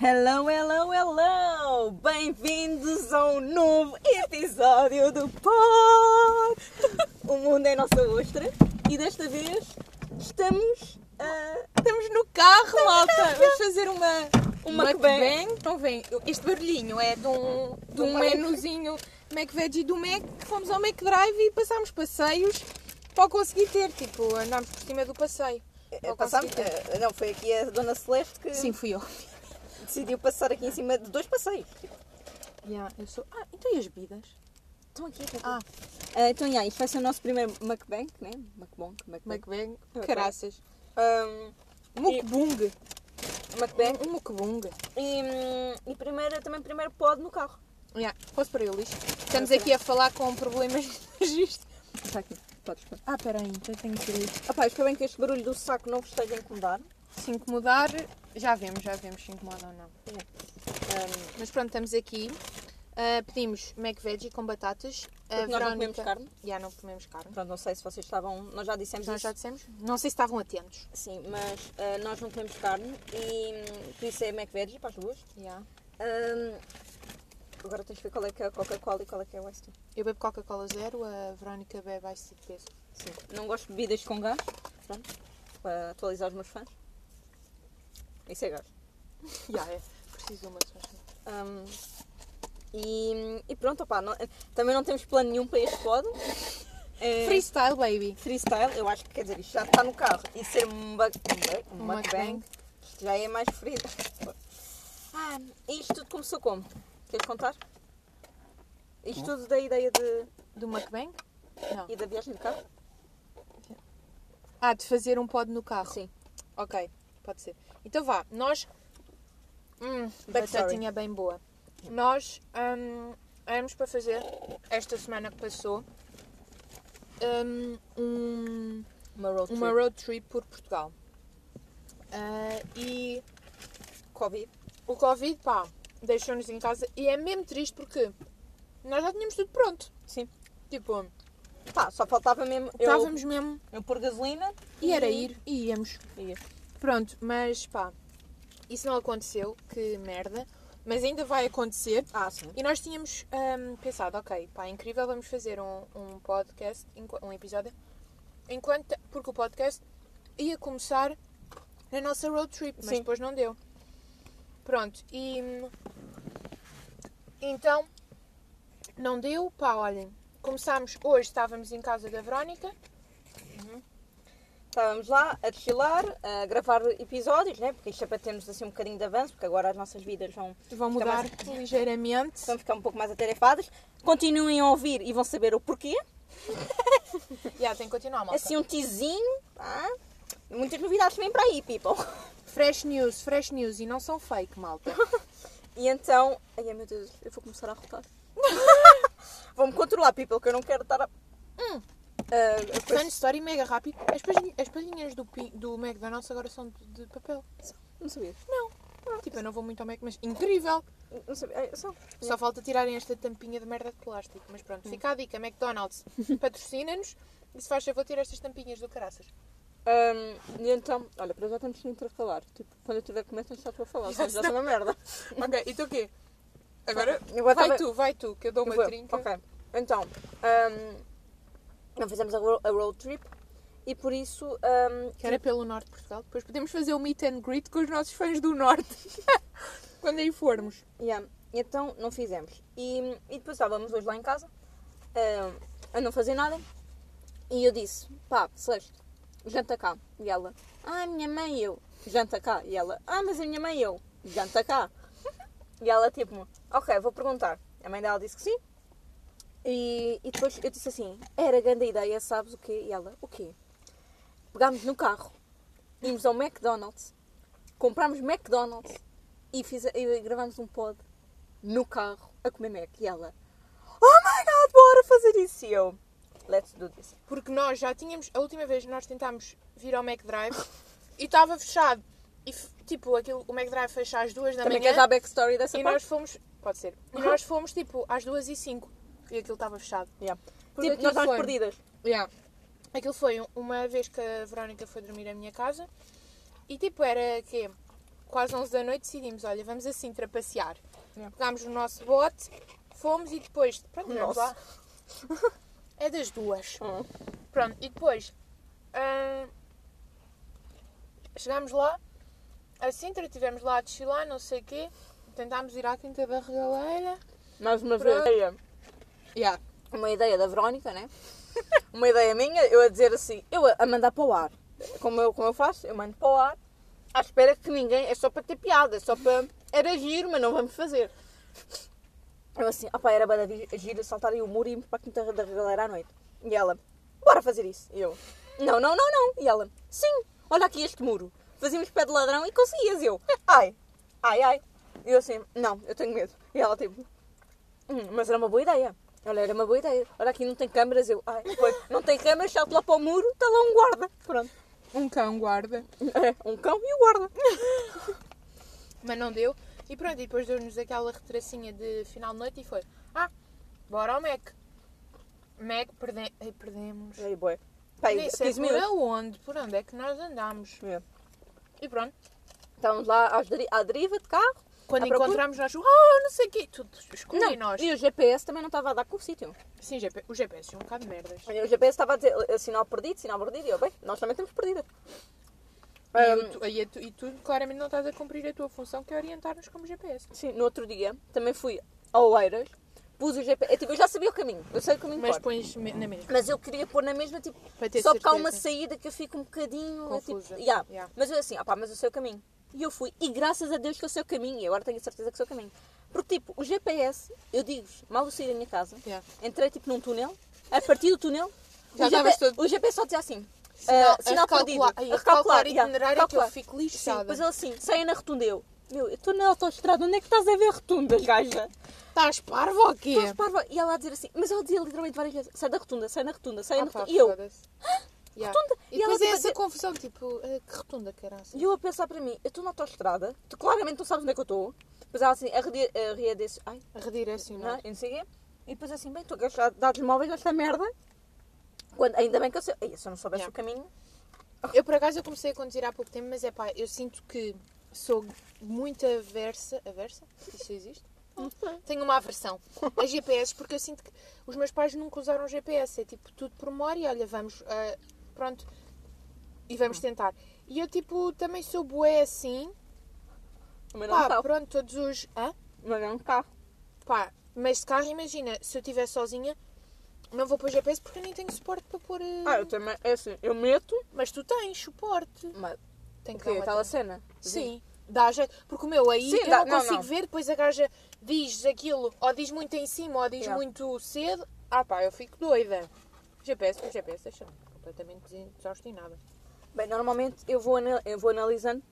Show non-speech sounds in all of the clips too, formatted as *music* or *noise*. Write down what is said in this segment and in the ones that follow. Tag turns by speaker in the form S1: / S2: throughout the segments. S1: Hello, hello, hello! Bem-vindos a um novo episódio do Pod! *laughs* O mundo é nossa ostra e desta vez estamos, ah,
S2: Estamos no carro, malta! Vamos fazer uma,
S1: Uma
S2: McBang. Não vem? Eu- Este barulhinho é de um, de um
S1: Um Mac.
S2: menuzinho McVeggie do Mac. Fomos ao Mac Drive e passámos passeios para conseguir ter. Tipo, andámos por cima do passeio.
S1: ah,
S2: para
S1: passámos.
S2: conseguir ter.
S1: ah, não, foi aqui a Dona Celeste que
S2: É, Sim, fui eu.
S1: decidiu passar aqui em cima de dois passeios.
S2: Yeah, eu sou... Ah, então e as bebidas? Estão aqui,
S1: Ah. Ah, então, yeah, isto vai ser o nosso primeiro MacBank, né? MacBonk, MacBank.
S2: McBang,
S1: Ok.
S2: caraças.
S1: Um,
S2: Mukbung.
S1: MacBank.
S2: Um mukbung.
S1: E, hum, e primeiro, também primeiro pod no carro.
S2: Yeah, posso para eu lixo? Estamos
S1: Ok.
S2: aqui a falar com problemas de registro.
S1: Está aqui, podes pôr.
S2: Ah, peraí, já tenho que ir
S1: Ah pá, espero bem que este barulho do saco não vos esteja a incomodar.
S2: Se incomodar, já vemos, já vemos se incomoda ou não.
S1: É.
S2: Um, mas pronto, estamos aqui. Uh, pedimos McVeggie com batatas.
S1: Porque nós não comemos carne.
S2: Já não comemos carne.
S1: Pronto, não sei se vocês estavam. Nós já dissemos
S2: Nós
S1: isso.
S2: já dissemos. Não sei se estavam atentos.
S1: Sim, mas ah, nós não comemos carne e hum, por isso é McVeggie para as duas.
S2: Já.
S1: Hum, agora tens de ver qual é que é a Coca-Cola e qual é que é o Ice Tea.
S2: Eu bebo Coca-Cola zero, a Verónica bebe Ice Tea de peso.
S1: Sim. Não gosto de bebidas com gás. Pronto. Para atualizar os meus fãs. Isso é gás.
S2: Já, é. Preciso de uma se faz favor.
S1: Hum, e, e pronto, opá, não- eh, também não temos plano nenhum para este pod. É-
S2: Freestyle, baby.
S1: freestyle, eu acho que quer dizer, isto já está no carro. E ser um mukbang, um
S2: Um
S1: mukbang
S2: mukbang.
S1: isto já é mais frio. Ah, e isto tudo começou como? Queres contar? Isto tudo da ideia de,
S2: Do McBang? Não.
S1: e da viagem de carro?
S2: Ah, de fazer um pod no carro.
S1: Sim.
S2: Ok, pode ser. Então vá, nós. Hum,
S1: Backstory.
S2: batatinha bem boa. Nós hum, éramos para fazer, esta semana que passou, hum, um-
S1: Uma road trip.
S2: uma road trip por Portugal. Ah, e
S1: Covid.
S2: o Covid, pá, deixou-nos em casa e é mesmo triste porque nós já tínhamos tudo pronto.
S1: Sim.
S2: Tipo,
S1: Pá, só faltava mesmo eu,
S2: estávamos mesmo
S1: eu pôr gasolina
S2: e
S1: Uhum.
S2: era ir e íamos.
S1: e-
S2: Pronto, mas pá, isso não aconteceu, que merda, mas ainda vai acontecer.
S1: Ah, sim.
S2: E nós tínhamos hum, pensado, ok, pá, incrível, vamos fazer um, um podcast, enqu- um episódio, enquanto, porque o podcast ia começar na nossa road trip, mas
S1: Sim.
S2: depois não deu. Pronto, e hum, então não deu, pá, olhem, começámos hoje, estávamos em casa da Verónica,
S1: Estávamos lá a desfilar, a gravar episódios, né? porque isto é para termos assim um bocadinho de avanço, porque agora as nossas vidas vão
S2: vão
S1: Fica
S2: mudar
S1: mais-
S2: ligeiramente.
S1: vão ficar um pouco mais atarefadas. Continuem a ouvir e vão saber o porquê.
S2: Já, tem que continuar, malta.
S1: assim um tizinho, tá? Muitas novidades vêm para aí, people.
S2: Fresh news, fresh news e não são fake, *laughs* malta.
S1: E então, ai meu Deus, eu vou começar a *laughs* rotar. Vou-me controlar, people, que eu não quero estar a. Ah, eu
S2: Fun
S1: penso-
S2: story mega rápido. As, palhin- as palhinhas do, pi- do McDonald's agora são de, de papel.
S1: não sabia.
S2: Não. Tipo, eu não vou muito ao Mac, mas incrível.
S1: Não sabia. Ai, só.
S2: Só falta tirarem esta tampinha de merda de plástico. Mas pronto, fica a dica. *laughs* McDonald's patrocina-nos. E se faz favor, tira estas tampinhas do caraças.
S1: Ahm, e então, olha, para já estamos sempre a falar. Tipo, quando eu tiver começo, já estou a falar. senão Já sou uma merda.
S2: *laughs* Ok, então o quê? Agora,
S1: *laughs* Eu vou
S2: vai
S1: também-
S2: tu, vai tu, que eu dou uma
S1: Vou.
S2: trinca.
S1: Ok. Então, ahm, não fizemos a ro- a road trip e por isso. ahm,
S2: Que era pelo Norte de Portugal. Depois podemos fazer o meet and greet com os nossos fãs do *laughs* Norte. Quando aí formos.
S1: Yeah. Então não fizemos. E, e depois estávamos hoje lá em casa ah, a não fazer nada. E eu disse: pá, Celeste, janta cá. E ela: ah, minha mãe e eu, janta cá. E ela: ah, mas a minha mãe e eu, janta cá. *laughs* E ela tipo: ok, vou perguntar. A mãe dela disse que sim. E, e depois eu disse assim: era grande ideia, sabes o quê? E ela: o quê? Pegámos no carro, ímos ao McDonald's, comprámos McDonald's e, fiz, e gravámos um pod no carro a comer Mac. E ela, oh my god, bora fazer isso! E eu, let's do this.
S2: Porque nós já tínhamos, a última vez nós tentámos vir ao
S1: *laughs*
S2: McDrive e estava fechado. E f- tipo, aquilo, o McDrive fecha às duas da
S1: Também queres dar
S2: manhã.
S1: a backstory dessa
S2: E
S1: parte?
S2: nós fomos, pode ser, e nós fomos tipo às duas e cinco e aquilo estava fechado.
S1: Yeah.
S2: Porque
S1: Tipo, nós
S2: aquilo
S1: estávamos
S2: foi-
S1: perdidas.
S2: Yeah. Aquilo foi um- uma vez que a Verónica foi dormir à minha casa e tipo era que quase 11 da noite, decidimos, olha, vamos a Sintra passear.
S1: Yeah.
S2: Pegámos o nosso bote, fomos e depois, pronto, vamos
S1: Nosso.
S2: lá. *laughs* É das duas. Pronto, e depois hum, chegámos lá, a Sintra, estivemos lá a desfilar, não sei o quê, tentámos ir à Quinta da Regaleira.
S1: Mais uma
S2: Pronto.
S1: ideia.
S2: Yeah.
S1: Uma ideia da Verónica, né? *laughs* Uma ideia minha, eu a dizer assim, eu a- a mandar para o ar. Como eu, como eu faço, eu mando para o ar, à espera que ninguém. É só para ter piada, é só para. Era giro, mas não vamos fazer. Eu assim, opá, era bada giro saltar aí o muro e irmos para a quinta da galera à noite. E ela, bora fazer isso. E eu, não, não, não, não. E ela, sim, olha aqui este muro. Fazíamos pé de ladrão e conseguias. E eu, ai, ai, ai. E eu assim, não, eu tenho medo. E ela, tipo, Hum, mas era uma boa ideia. Olha, era uma boa ideia. Olha, aqui não tem câmaras. Eu, ai, pois, não tem câmaras, salto lá para o muro, está lá um guarda. Pronto.
S2: Um cão guarda.
S1: É, um cão e um guarda.
S2: Mas não deu. E pronto, e depois deu-nos aquela retracinha de final de noite e foi. Ah, bora ao Mac. Mac, perde... Ai, perdemos.
S1: Aí, boi. Pá, aí,
S2: Nem sei
S1: 15
S2: por
S1: minutos.
S2: aonde, por onde é que nós andámos.
S1: É.
S2: E pronto,
S1: Estávamos lá às deri- à deriva de carro.
S2: quando
S1: À procura-
S2: encontramos nós, oh, não sei o quê, tudo escuro
S1: Não,
S2: e nós.
S1: e o GPS também não estava a dar com o sítio.
S2: Sim, GP... os GPS são um bocado de merdas.
S1: E O GPS estava a dizer eh, sinal perdido, sinal perdido. E eu, bem, nós também temos perdido.
S2: E, o tu... e, a tu... e tu claramente não estás a cumprir a tua função que é orientar-nos como GPS.
S1: Sim, no outro dia também fui a Oeiras, pus o GPS. Eu, tipo, eu já sabia o caminho, eu sei o caminho
S2: Mas
S1: corto.
S2: pões me- na mesma.
S1: Mas eu queria pôr na mesma, tipo,
S2: Para ter
S1: só porque há
S2: certeza.
S1: uma saída que eu fico um bocadinho. eu,
S2: Confusa.
S1: Tipo, yeah.
S2: Yeah.
S1: Mas eu assim, opá, mas eu sei o caminho. E eu fui, e graças a Deus que eu sei o caminho, e agora tenho a certeza que sei o caminho. Porque, tipo, o GPS, eu digo-vos, mal eu saí da minha casa,
S2: Yeah.
S1: entrei, tipo, num túnel, a partir do túnel,
S2: Já
S1: o, GPS,
S2: estavas todo-
S1: o GPS só dizia assim,
S2: Sinal-
S1: ah, sinal
S2: a
S1: perdido,
S2: recalcular, ai, a recalcular itinerário que eu fico lixada.
S1: Sim, mas ele assim, saia na rotunda, eu, meu, eu estou na autoestrada, onde é que estás a ver rotundas, gaja?
S2: Estás parvo ou quê?
S1: Estás parva? E ela a dizer assim, mas ela dizia literalmente várias vezes, sai da rotunda, sai na rotunda, sai
S2: Ah,
S1: na
S2: pá,
S1: rotunda. E eu,
S2: foda-se. Yeah.
S1: Rotunda.
S2: E
S1: E ela
S2: depois é
S1: tipo a
S2: essa
S1: dizer-
S2: confusão, tipo, eh, que rotunda, caralho.
S1: E eu a pensar para mim, eu estou na autoestrada, tu claramente não sabes onde é que eu estou. Depois ela assim, a redi- a readesse, ai, não, é?
S2: Redirecionar.
S1: eu não sei quê. E depois assim, bem, estou a gastar dados móveis nesta merda. Quando, ainda bem que eu sei. Ai, se eu não soubesse
S2: Yeah.
S1: o caminho.
S2: Eu, por acaso, eu comecei a conduzir há pouco tempo, mas é pá, eu sinto que sou muito aversa. Aversa? Isso existe? Tenho uma aversão a GPS, porque eu sinto que os meus pais nunca usaram GPS. É tipo, tudo por memória, olha, vamos, ah, pronto, e vamos tentar. E eu, tipo, também sou bué assim.
S1: Mas não um
S2: Pá,
S1: carro.
S2: pronto, todos os. Hã?
S1: Mas não um carro.
S2: Pá, mas de carro, imagina, se eu estiver sozinha, não vou pôr GPS porque eu nem tenho suporte para pôr. eh,
S1: Ah, eu também, é assim, eu meto.
S2: Mas tu tens suporte.
S1: Mas
S2: Tem
S1: o
S2: que
S1: quê? Tá
S2: dar uma
S1: Aquela cena?
S2: Sim, dá jeito. Porque o meu aí
S1: Sim,
S2: eu
S1: dá-
S2: não
S1: não,
S2: consigo
S1: não.
S2: ver, depois a gaja diz aquilo, ou diz muito em cima, ou diz
S1: Yeah.
S2: muito cedo. Ah pá, eu fico doida. GPS, o GPS deixa-me completamente desin- desobstinada.
S1: Ah. Bem, normalmente eu vou, ana- eu vou analisando.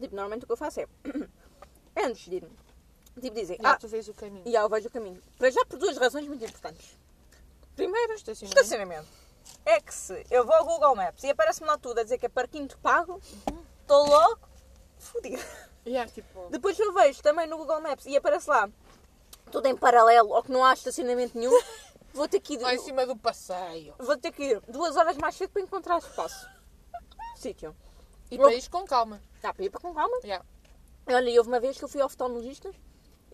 S1: Tipo, normalmente o que eu faço é. *clears throat* antes de ir. Tipo, dizem.
S2: Ah,
S1: Ah,
S2: tu vês o caminho.
S1: e já eu vejo o caminho. Para já por duas razões muito importantes. Primeiro,
S2: Estacionamento.
S1: estacionamento. É que se eu vou ao Google Maps e aparece-me lá tudo a dizer que é parquinho de pago, estou logo fodida.
S2: Yeah, tipo,
S1: *laughs* Depois eu vejo também no Google Maps e aparece lá tudo em paralelo ou que não há estacionamento
S2: *laughs*
S1: nenhum, vou ter que ir,
S2: lá em cima do passeio.
S1: vou ter que ir duas horas mais cedo para encontrar
S2: *laughs*
S1: espaço. Sítio.
S2: E
S1: Eu-
S2: para isto com calma.
S1: Dá para ir para com calma.
S2: Yeah.
S1: Olha, e houve uma vez que eu fui ao oftalmologista.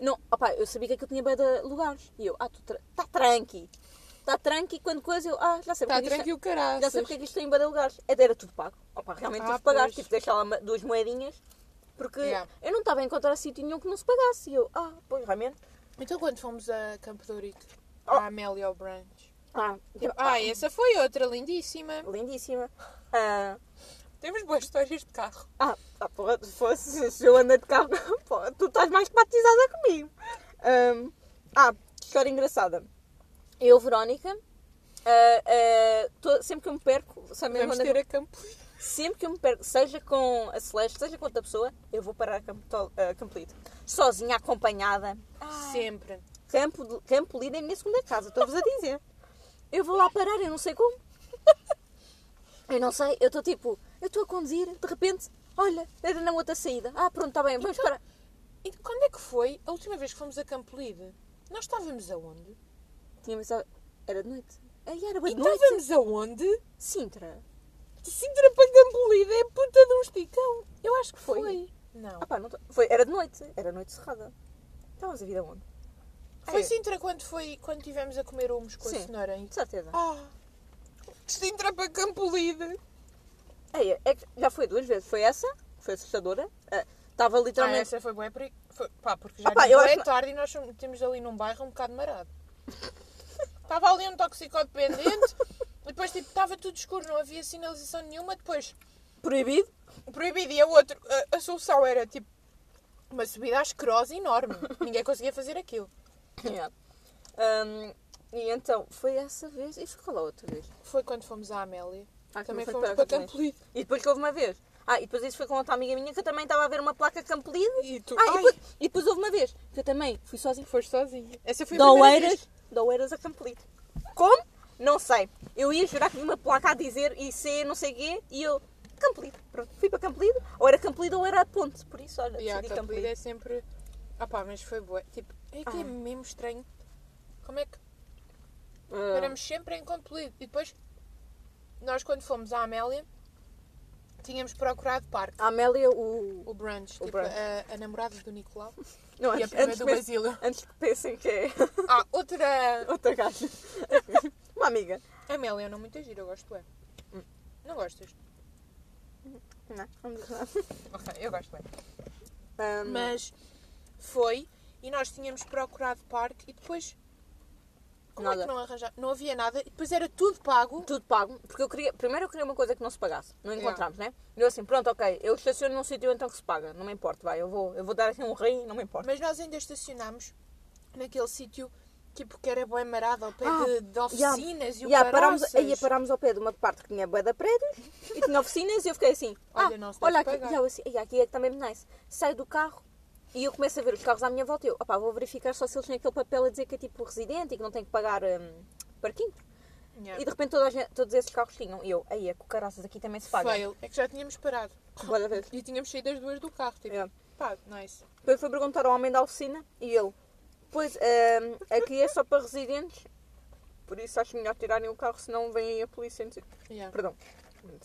S1: Não, opá, eu sabia que aquilo tinha bué de lugares. E eu, ah, está tá tranqui. Está tranqui quando coisa eu, ah, já sei
S2: Está
S1: porque isto é-
S2: Tá tranquilo,
S1: Já sei
S2: caralho.
S1: porque é que isto tem bué de lugares. Era era tudo pago. Opa, realmente
S2: Ah,
S1: tive que pagar,
S2: pois.
S1: tive que deixar lá uma- duas moedinhas. Porque
S2: Yeah.
S1: eu não estava a encontrar sítio nenhum que não se pagasse. E eu, ah, pois, realmente.
S2: Então quando fomos a Campo Dourito,
S1: Oh.
S2: à Amélia ao Branch.
S1: Ah,
S2: Ah, essa foi outra, lindíssima.
S1: lindíssima. Ah,
S2: Temos boas histórias de carro.
S1: ah, ah, porra, se fosse, se eu andar de carro, *laughs* porra, tu estás mais que batizada comigo. Ahm, ah, que história engraçada. Eu, Verónica, ah, ah, to- sempre que eu me perco, sabe mesmo
S2: Vamos
S1: quando é que-
S2: ter a Campo
S1: Sempre que eu me perco, seja com a Celeste, seja com outra pessoa, eu vou parar a Campo, Tol- a Campo Lido. Sozinha, acompanhada. Ah.
S2: Sempre.
S1: Campo, de- Campo Lido é a minha segunda casa, estou-vos a dizer. Eu vou lá parar, eu não sei como. Eu não sei, eu estou tipo, eu estou a conduzir, de repente, olha, era na outra saída. Ah, pronto, está bem, vamos
S2: Então-
S1: parar.
S2: E quando é que foi a última vez que fomos a Campo Lide? Nós estávamos aonde?
S1: Tinha pensado, era de noite. Aí era
S2: E
S1: boa de noite.
S2: estávamos aonde?
S1: Sintra.
S2: De Sintra para Campo Lide é puta de um esticão. Eu acho que foi.
S1: Foi.
S2: Não.
S1: Ah pá, não tô- foi, era de noite, era noite cerrada. Estavas a vir aonde?
S2: Foi
S1: É.
S2: Sintra quando foi quando estivemos a comer humos com a
S1: Sim.
S2: senhora. Hein?
S1: De certeza.
S2: Ah! De Sintra para Campolide!
S1: É, é que já foi duas vezes. Foi essa, que foi assustadora. Ah, Estava
S2: Ah,
S1: literalmente.
S2: essa foi boa perigo. Foi, pá, porque já
S1: Ah, pá,
S2: era
S1: eu
S2: bué
S1: acho-
S2: tarde e nós somos- temos ali num bairro um bocado *laughs* marado. Estava ali um toxicodependente e depois tipo, estava tudo escuro, não havia sinalização nenhuma. Depois
S1: Proibido. *coughs*
S2: um proibido e a outro. A, a solução era tipo uma subida às crosses *laughs* enorme. Ninguém conseguia fazer aquilo.
S1: Yeah. Ahm, e então, foi essa vez e foi qual a outra vez?
S2: Foi quando fomos à Amélia.
S1: Ah, que
S2: Também
S1: foi
S2: fomos
S1: para
S2: para
S1: Campolide.
S2: Campolide.
S1: E depois que houve uma vez. Ah, e depois isso foi com outra amiga minha que eu também estava a ver uma placa Campolide.
S2: E tu.
S1: Ah, e
S2: ai,
S1: depois, e depois houve uma vez que eu também fui sozinha.
S2: foste sozinha. Essa foi a primeira vez.
S1: Doeiras. Doeiras a Campolide. Como? Não sei. Eu ia jurar que vi uma placa a dizer IC não sei quê e eu. Campolide. Pronto, fui para Campolide. Ou era Campolide ou era a ponte. Por isso, olha,
S2: E a
S1: decidi Campolide.
S2: Campolide é sempre. Ah pá, mas foi boa. Tipo, é que é
S1: Ah.
S2: mesmo estranho. Como é que.
S1: Ah.
S2: Éramos sempre em Campolide. E depois, nós quando fomos à Amélia, tínhamos procurado parque.
S1: A Amélia, o.
S2: O brunch, tipo,
S1: brunch.
S2: A, a namorada do Nicolau
S1: Não,
S2: e a
S1: antes,
S2: prima
S1: antes,
S2: do
S1: mesmo-
S2: Basílio.
S1: antes que pensem que é
S2: *laughs*
S1: *laughs*
S2: Ah, outra...
S1: outra gaja. Uma amiga.
S2: Amélia, eu não muito gira, eu gosto é.
S1: Hum.
S2: Não gostas?
S1: Não, não diz nada.
S2: Ok, eu gosto é.
S1: Ah,
S2: Mas foi, e nós tínhamos procurado parque, e depois... Como é
S1: Nada.
S2: que não arranjar? Não havia nada, e depois era tudo pago.
S1: tudo pago, porque eu queria, primeiro eu queria uma coisa que não se pagasse, não
S2: Yeah.
S1: encontramos, né? Eu assim, pronto, ok, eu estaciono num sítio então que se paga, não me importa, vai, eu vou, eu vou dar assim um rei, não me importa.
S2: Mas nós ainda estacionámos naquele sítio, tipo, que era bem marado, ao pé
S1: Ah,
S2: É de, de
S1: yeah.
S2: oficinas e o
S1: E aí parámos,
S2: caraças.
S1: aí parámos ao pé de uma parte que tinha bué de prédios e tinha oficinas e eu fiquei assim, ah,
S2: *laughs* Olha, não se
S1: olha
S2: deve
S1: aqui,
S2: pagar.
S1: e eu assim, "Ai, aqui é que também me nice. Saio do carro e eu começo a ver os carros à minha volta e eu, opá, vou verificar só se eles têm aquele papel a dizer que é tipo residente e que não tem que pagar hum, parquinho.
S2: Yeah.
S1: E de é repente toda a gente- todos esses carros tinham. E eu, aí é que o caraças aqui também se paga.
S2: Fail. É que já tínhamos parado.
S1: *laughs* Bué da vez.
S2: E tínhamos saído as duas do carro. Tipo,
S1: Yeah.
S2: pá, nice.
S1: Depois foi perguntar ao homem da oficina e ele, pois, ehm, aqui é só para residentes, por isso acho melhor tirarem o carro, senão vem aí a polícia. não sei-
S2: Yeah.
S1: Perdão.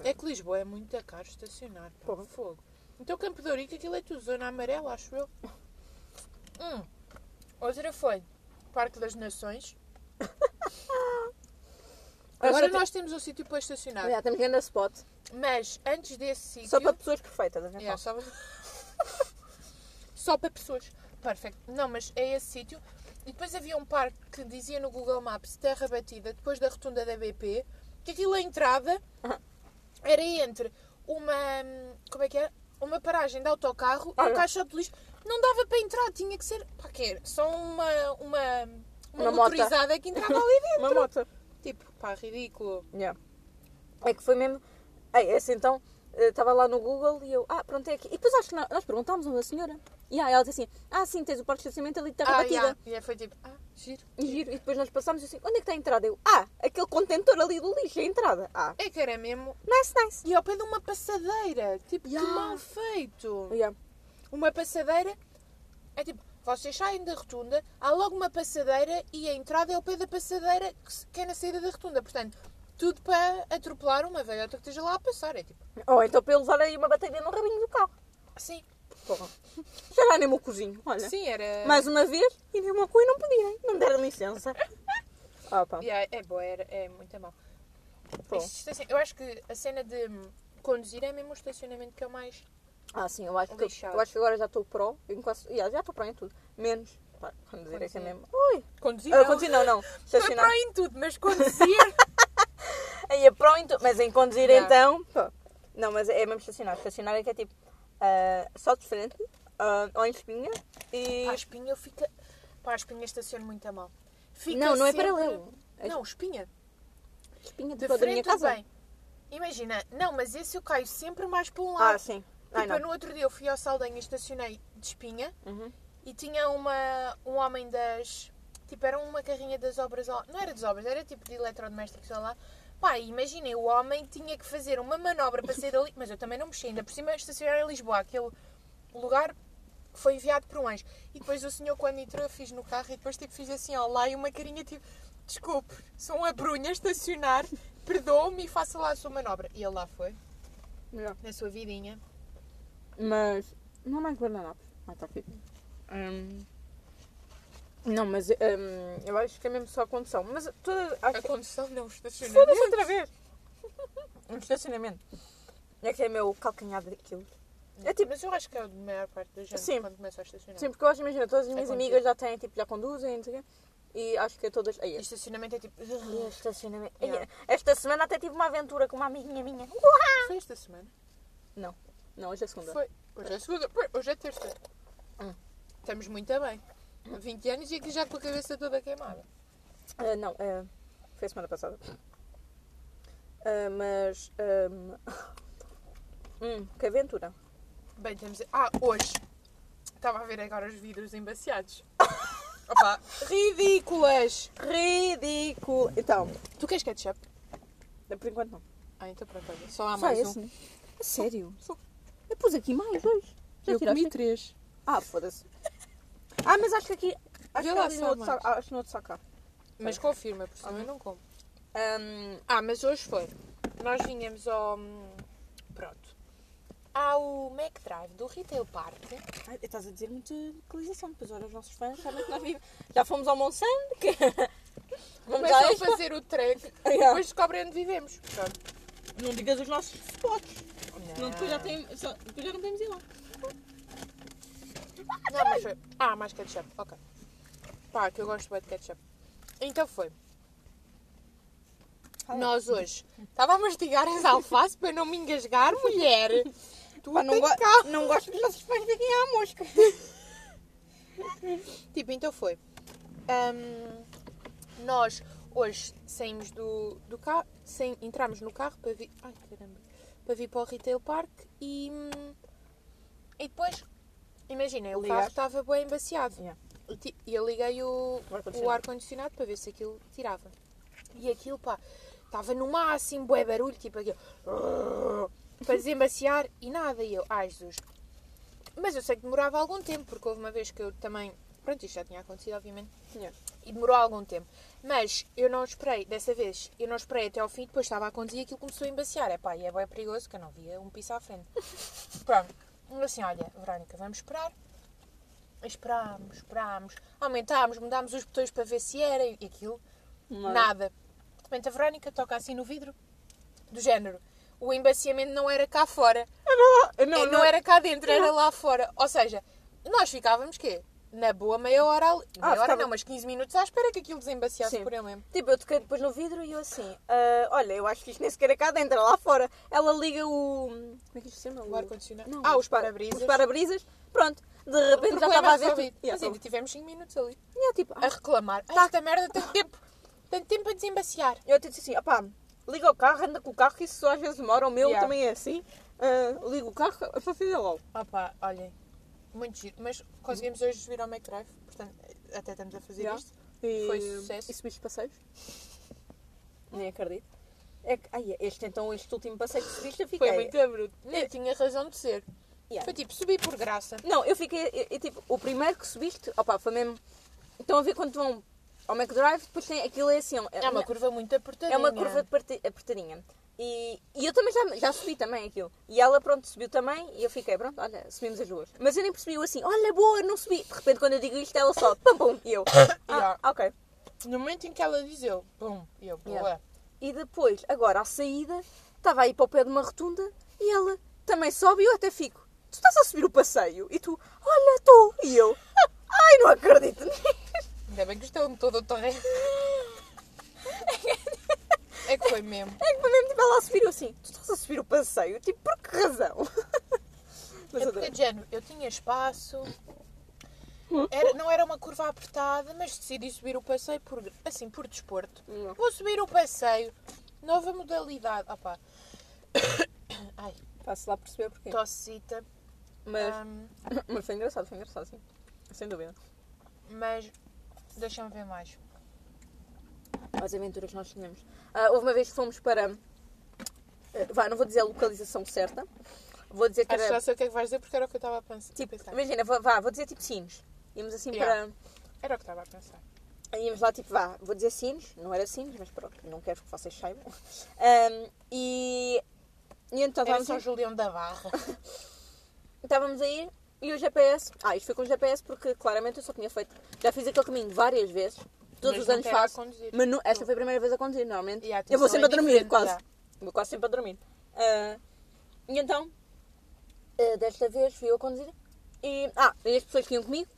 S2: É que Lisboa é muito caro estacionar. Pá,
S1: Porra.
S2: fogo. Então Campo de Ourique, aquilo é tudo zona amarela, acho eu. Hum. Outra foi Parque das Nações. Agora
S1: Agora
S2: nós temos um sítio para estacionar.
S1: Olha, temos grande spot,
S2: Mas antes desse sítio...
S1: só para pessoas perfeitas. atenção.
S2: Yeah, só... *laughs* Só para pessoas. Perfeito. Não, mas é esse sítio. E depois havia um parque que dizia no Google Maps Terra Batida, depois da rotunda da BP, que aquilo
S1: *laughs*
S2: a entrada
S1: Aham.
S2: era entre uma. Como é que é? Uma paragem de autocarro e um
S1: Olha.
S2: caixote de lixo. Não dava para entrar, tinha que ser. Pá, que era? Só uma. Uma, uma,
S1: Uma moto.
S2: motorizada que entrava ali
S1: *laughs*
S2: dentro.
S1: Uma moto.
S2: Tipo, pá, ridículo.
S1: Yeah. É que foi mesmo. Ei, esse então, eh, estava lá no Google e eu, ah, pronto, é aqui. E depois acho que nós, nós perguntámos a uma senhora. E aí ela disse assim: ah, sim, tens o parque de estacionamento ali de terra
S2: Ah,
S1: batida.
S2: yeah. E aí foi tipo, ah, giro.
S1: E giro. E depois nós passámos e eu assim: onde é que está a entrada? Eu, ah, aquele contentor ali do lixo, é a entrada. Ah,
S2: É que era mesmo
S1: nice, nice.
S2: E ao pé de uma passadeira. Tipo, que
S1: Yeah.
S2: mal feito.
S1: Yeah.
S2: Uma passadeira é tipo, vocês saem da rotunda, há logo uma passadeira e a entrada é ao pé da passadeira que se- que é na saída da rotunda. Portanto, tudo para atropelar uma velhota que esteja lá a passar. É tipo,
S1: Ou então para eu levar aí uma bateria no rabinho do carro.
S2: sim,
S1: Porra. Já lá nem o meu cozinho, olha.
S2: sim, era.
S1: Mais uma vez, e nem uma coisa não pediram, não me deram *laughs* licença. Opa,
S2: Yeah, é boa, era, é muito mal.
S1: Ah, pô.
S2: Isto, assim, eu acho que a cena de hum, conduzir é mesmo o estacionamento que é o mais.
S1: Ah, sim, eu acho, que,
S2: Lixado.
S1: eu acho que agora já estou pró. em quase- yeah, já estou pró em tudo. Menos. Pá, Vamos dizer é que é
S2: Conduzir.
S1: mesmo. Ui!
S2: Conduzir? é
S1: Ah, conduzir não,
S2: *laughs*
S1: não.
S2: Estou
S1: Estacionar.
S2: para em tudo, mas conduzir.
S1: *laughs* Aí é pró em tudo. Mas em conduzir
S2: Yeah.
S1: então. pô. Não, mas é mesmo estacionar. Estacionar é que é tipo. ah, só de frente, ah, ou em espinha. E.
S2: Pá, a espinha eu fica. Pá, a espinha estaciona muito a mal. Fica
S1: não, não é
S2: sempre-
S1: paralelo. É
S2: Não, espinha.
S1: espinha
S2: De
S1: de, toda a minha
S2: frente tudo
S1: casa.
S2: bem. Imagina, não, mas esse eu caio sempre mais para um lado.
S1: Ah, sim. Ai,
S2: tipo, eu
S1: não.
S2: no outro dia eu fui ao Saldanha e estacionei de espinha
S1: Uhum.
S2: e tinha uma, um homem das. Tipo, era uma carrinha das obras. ao- Não era das obras, era tipo de eletrodomésticos ou lá. Pá, imaginem, o homem tinha que fazer uma manobra para sair ali, mas eu também não mexi, ainda por cima estacionar em Lisboa, aquele lugar que foi enviado por um anjo. E depois o senhor, quando entrou, eu fiz no carro e depois tipo, fiz assim, ó lá, e uma carinha tipo, desculpe, sou uma brunha a estacionar, perdoa-me e faça lá a sua manobra. E ele lá foi,
S1: Melhor.
S2: na sua vidinha.
S1: Mas Não há mais guardanapos. Ah, está aqui. Hum, não, mas hum, eu acho que é mesmo só a condução. Mas toda. Acho
S2: A
S1: que-
S2: condução não, o estacionamento.
S1: Foda-se outra vez! *laughs* Um estacionamento. É que é meu calcanhar daquilo. É tipo,
S2: Mas eu acho que é a maior parte da gente
S1: Sim.
S2: quando começa a estacionar.
S1: sim, porque hoje, imagina, todas as minhas
S2: contigo.
S1: amigas já têm, tipo, já conduzem, não sei o quê. E acho que é todas. Aí,
S2: E estacionamento é tipo.
S1: E o um estacionamento.
S2: Yeah.
S1: Esta semana até tive uma aventura com uma amiguinha minha.
S2: Foi esta semana?
S1: Não, hoje é segunda.
S2: Foi. Hoje é segunda. Pô, Hoje é terça.
S1: Hum.
S2: Estamos muito bem. 20 anos e aqui já com a cabeça toda queimada.
S1: Ah, não, ah, foi a semana passada. Ah, mas. ah, *laughs* hum, que aventura.
S2: Bem, estamos. Ah, hoje. Estava a ver agora os vidros embaciados. *laughs* Opa, ridículas!
S1: Ridículo. Então,
S2: Tu queres ketchup?
S1: por enquanto não.
S2: Ah, então pronto, olha. Só há
S1: Só
S2: mais
S1: esse,
S2: um.
S1: né? A sério?
S2: Só.
S1: Eu pus aqui mais dois. Já
S2: Eu
S1: tiraste?
S2: comi três.
S1: Ah, foda-se. Ah, mas acho que aqui. Acho
S2: Vê
S1: que
S2: lá
S1: ali
S2: se
S1: no
S2: há
S1: outro,
S2: mais.
S1: saco- acho que no outro saco. há.
S2: Mas confirma, porque senão
S1: Ok.
S2: eu não como.
S1: Ahm,
S2: Ah, mas hoje foi. Nós vinhamos ao. hum, Pronto. Ao Mac Drive do Retail Park.
S1: ai, estás a dizer muita localização, depois olha os nossos fãs, sabem que nós vivemos. Já fomos ao Monsanto, que... Vamos
S2: Começam
S1: à
S2: a fazer o
S1: *laughs*
S2: trek e
S1: Yeah.
S2: depois descobrem onde vivemos. Pronto.
S1: Não digas os nossos spots. Não, depois, já tem, só- depois já não temos ir lá.
S2: Não, mas foi. Ah, mais ketchup, ok. Pá, que eu gosto bem de ketchup. Então foi.
S1: Fala.
S2: Nós hoje. Estava a mastigar as alfaces para não me engasgar, mulher. Tu
S1: *laughs* Pá, não,
S2: tem
S1: go
S2: calma.
S1: não gosto dos nossos pais fiquem à mosca.
S2: Tipo, então foi. Ahm, nós hoje saímos do, do carro, saí- entramos no carro para vir. Ai caramba! Para vir para o Retail Park e. hum, E depois, imaginem, o carro
S1: Ligaste?
S2: estava bem embaciado.
S1: Yeah.
S2: E ti- E eu liguei o,
S1: O ar-condicionado.
S2: o ar-condicionado para ver se aquilo tirava. E aquilo, pá, estava no máximo, bué barulho, tipo aquilo. Para desembaciar e nada. E eu, ai Jesus. Mas eu sei que demorava algum tempo, porque houve uma vez que eu também. Pronto, isto já tinha acontecido, obviamente.
S1: Tinha.
S2: E demorou algum tempo. Mas eu não esperei, dessa vez, eu não esperei até ao fim, depois estava a conduzir e aquilo começou a embaciar. É pá, e é bem perigoso, porque eu não via um piso à frente. Pronto. Eu assim, olha, Verónica, vamos esperar. Esperámos, esperámos, aumentámos, mudámos os botões para ver se era e aquilo. Nada. De repente a Verónica toca assim no vidro, do género. O embaciamento não era cá fora,
S1: É Não,
S2: É, não,
S1: não era.
S2: era cá dentro, era lá fora. Ou seja, nós ficávamos quê? Na boa meia hora ali.
S1: Ah,
S2: Meia hora
S1: ficava-
S2: não, mas 15 minutos à espera que aquilo desembaciasse
S1: Sim.
S2: por ele mesmo.
S1: Tipo, eu toquei depois no vidro e eu assim, ah, olha, eu acho que isto nem sequer é cá dentro, é lá fora. Ela liga o. Como é que isto se chama?
S2: O ar-condicionado.
S1: Não,
S2: Ah, os
S1: pa-
S2: para-brisas.
S1: Os para-brisas. Pronto, de
S2: O
S1: repente já
S2: problema
S1: estava a ver.
S2: resolvido.
S1: tudo. Yeah,
S2: Mas ainda tivemos 5 minutos ali
S1: E eu tipo,
S2: a
S1: ah,
S2: reclamar. Ah, esta merda tem tempo, tem tempo a desembaciar.
S1: eu até disse assim, opá, liga o carro, anda com o carro, que isso só às vezes demora, o meu
S2: Yeah.
S1: também é assim. Ah, ligo o carro, eu faço fazer logo.
S2: Opa, olhem, muito giro. Mas conseguimos hoje vir ao McDrive, portanto, até estamos a fazer
S1: Yeah.
S2: isto.
S1: E,
S2: Foi sucesso.
S1: E subiste passeios? Nem acredito. É que, ai, este então, este último passeio que subiste, eu fiquei.
S2: Foi muito abruto. Nem tinha razão de ser.
S1: Eh, Yeah. É
S2: Foi tipo, subi por graça.
S1: Não, eu fiquei. eu- eu, tipo, o primeiro que subiste, opa, foi mesmo. Estão a ver quando vão ao McDrive, depois tem aquilo é assim. É,
S2: É uma curva muito apertadinha.
S1: é uma curva aperti- apertadinha. E, e eu também já, já subi também aquilo. E ela, pronto, subiu também e eu fiquei, pronto, olha, subimos as duas. Mas eu nem percebi eu assim, olha, boa, não subi. De repente, quando eu digo isto, ela só, pam, pam,
S2: *coughs*
S1: e eu.
S2: Yeah.
S1: Ah, ok.
S2: No momento em que ela diz eu, pum, e eu, boa.
S1: Yeah. E depois, agora à saída, estava aí para o pé de uma rotunda e ela também sobe e eu até fico. Tu estás a subir o passeio? E tu, olha, estou. E eu, *laughs* ai, não acredito.
S2: Ainda bem que estou todo o torre.
S1: *laughs*
S2: é que foi mesmo.
S1: É que foi mesmo tipo ela a subir eu assim, tu estás a subir o passeio? Tipo, por que razão? *laughs* Mas
S2: É
S1: eu
S2: porque, de género, eu tinha espaço, era- não era uma curva apertada, mas decidi subir o passeio por, gra- assim, por desporto.
S1: Hum.
S2: Vou subir o passeio, nova modalidade. Opá. *coughs* Ai,
S1: Faço lá perceber porquê.
S2: Tá. tossita.
S1: Mas,
S2: Ahm,
S1: *laughs* mas foi engraçado, foi engraçado, sim. Sem dúvida.
S2: mas deixa-me ver mais.
S1: As aventuras que nós tínhamos. Ah, houve uma vez que fomos para. ah, vá, não vou dizer a localização certa. Vou dizer que
S2: Acho que
S1: era.
S2: já sei o que é que vais dizer porque era o que eu estava a pens- a
S1: Tipo,
S2: pensar.
S1: imagina, vá, vá, vou dizer tipo sinos. Íamos assim
S2: Yeah.
S1: para.
S2: Era o que estava a pensar.
S1: Íamos lá tipo, vá, vou dizer sinos, não era sinos, mas pronto, não quero que vocês saibam. *laughs* Ahm, e. então E então
S2: Era
S1: estávamos,
S2: São Julião da Barra.
S1: estávamos a ir E o GPS, ah, isto foi com o GPS porque claramente eu só tinha feito, já fiz aquele caminho várias vezes, todos
S2: Mas
S1: os
S2: não
S1: anos
S2: quero
S1: faço,
S2: a conduzir.
S1: mas nu- esta foi a primeira vez a conduzir, normalmente
S2: E a
S1: eu vou
S2: atenção
S1: sempre
S2: é
S1: a dormir,
S2: diferente,
S1: quase,
S2: já.
S1: vou quase sempre a dormir. Ah, e então, ah, desta vez fui eu a conduzir e, ah, e as pessoas que iam comigo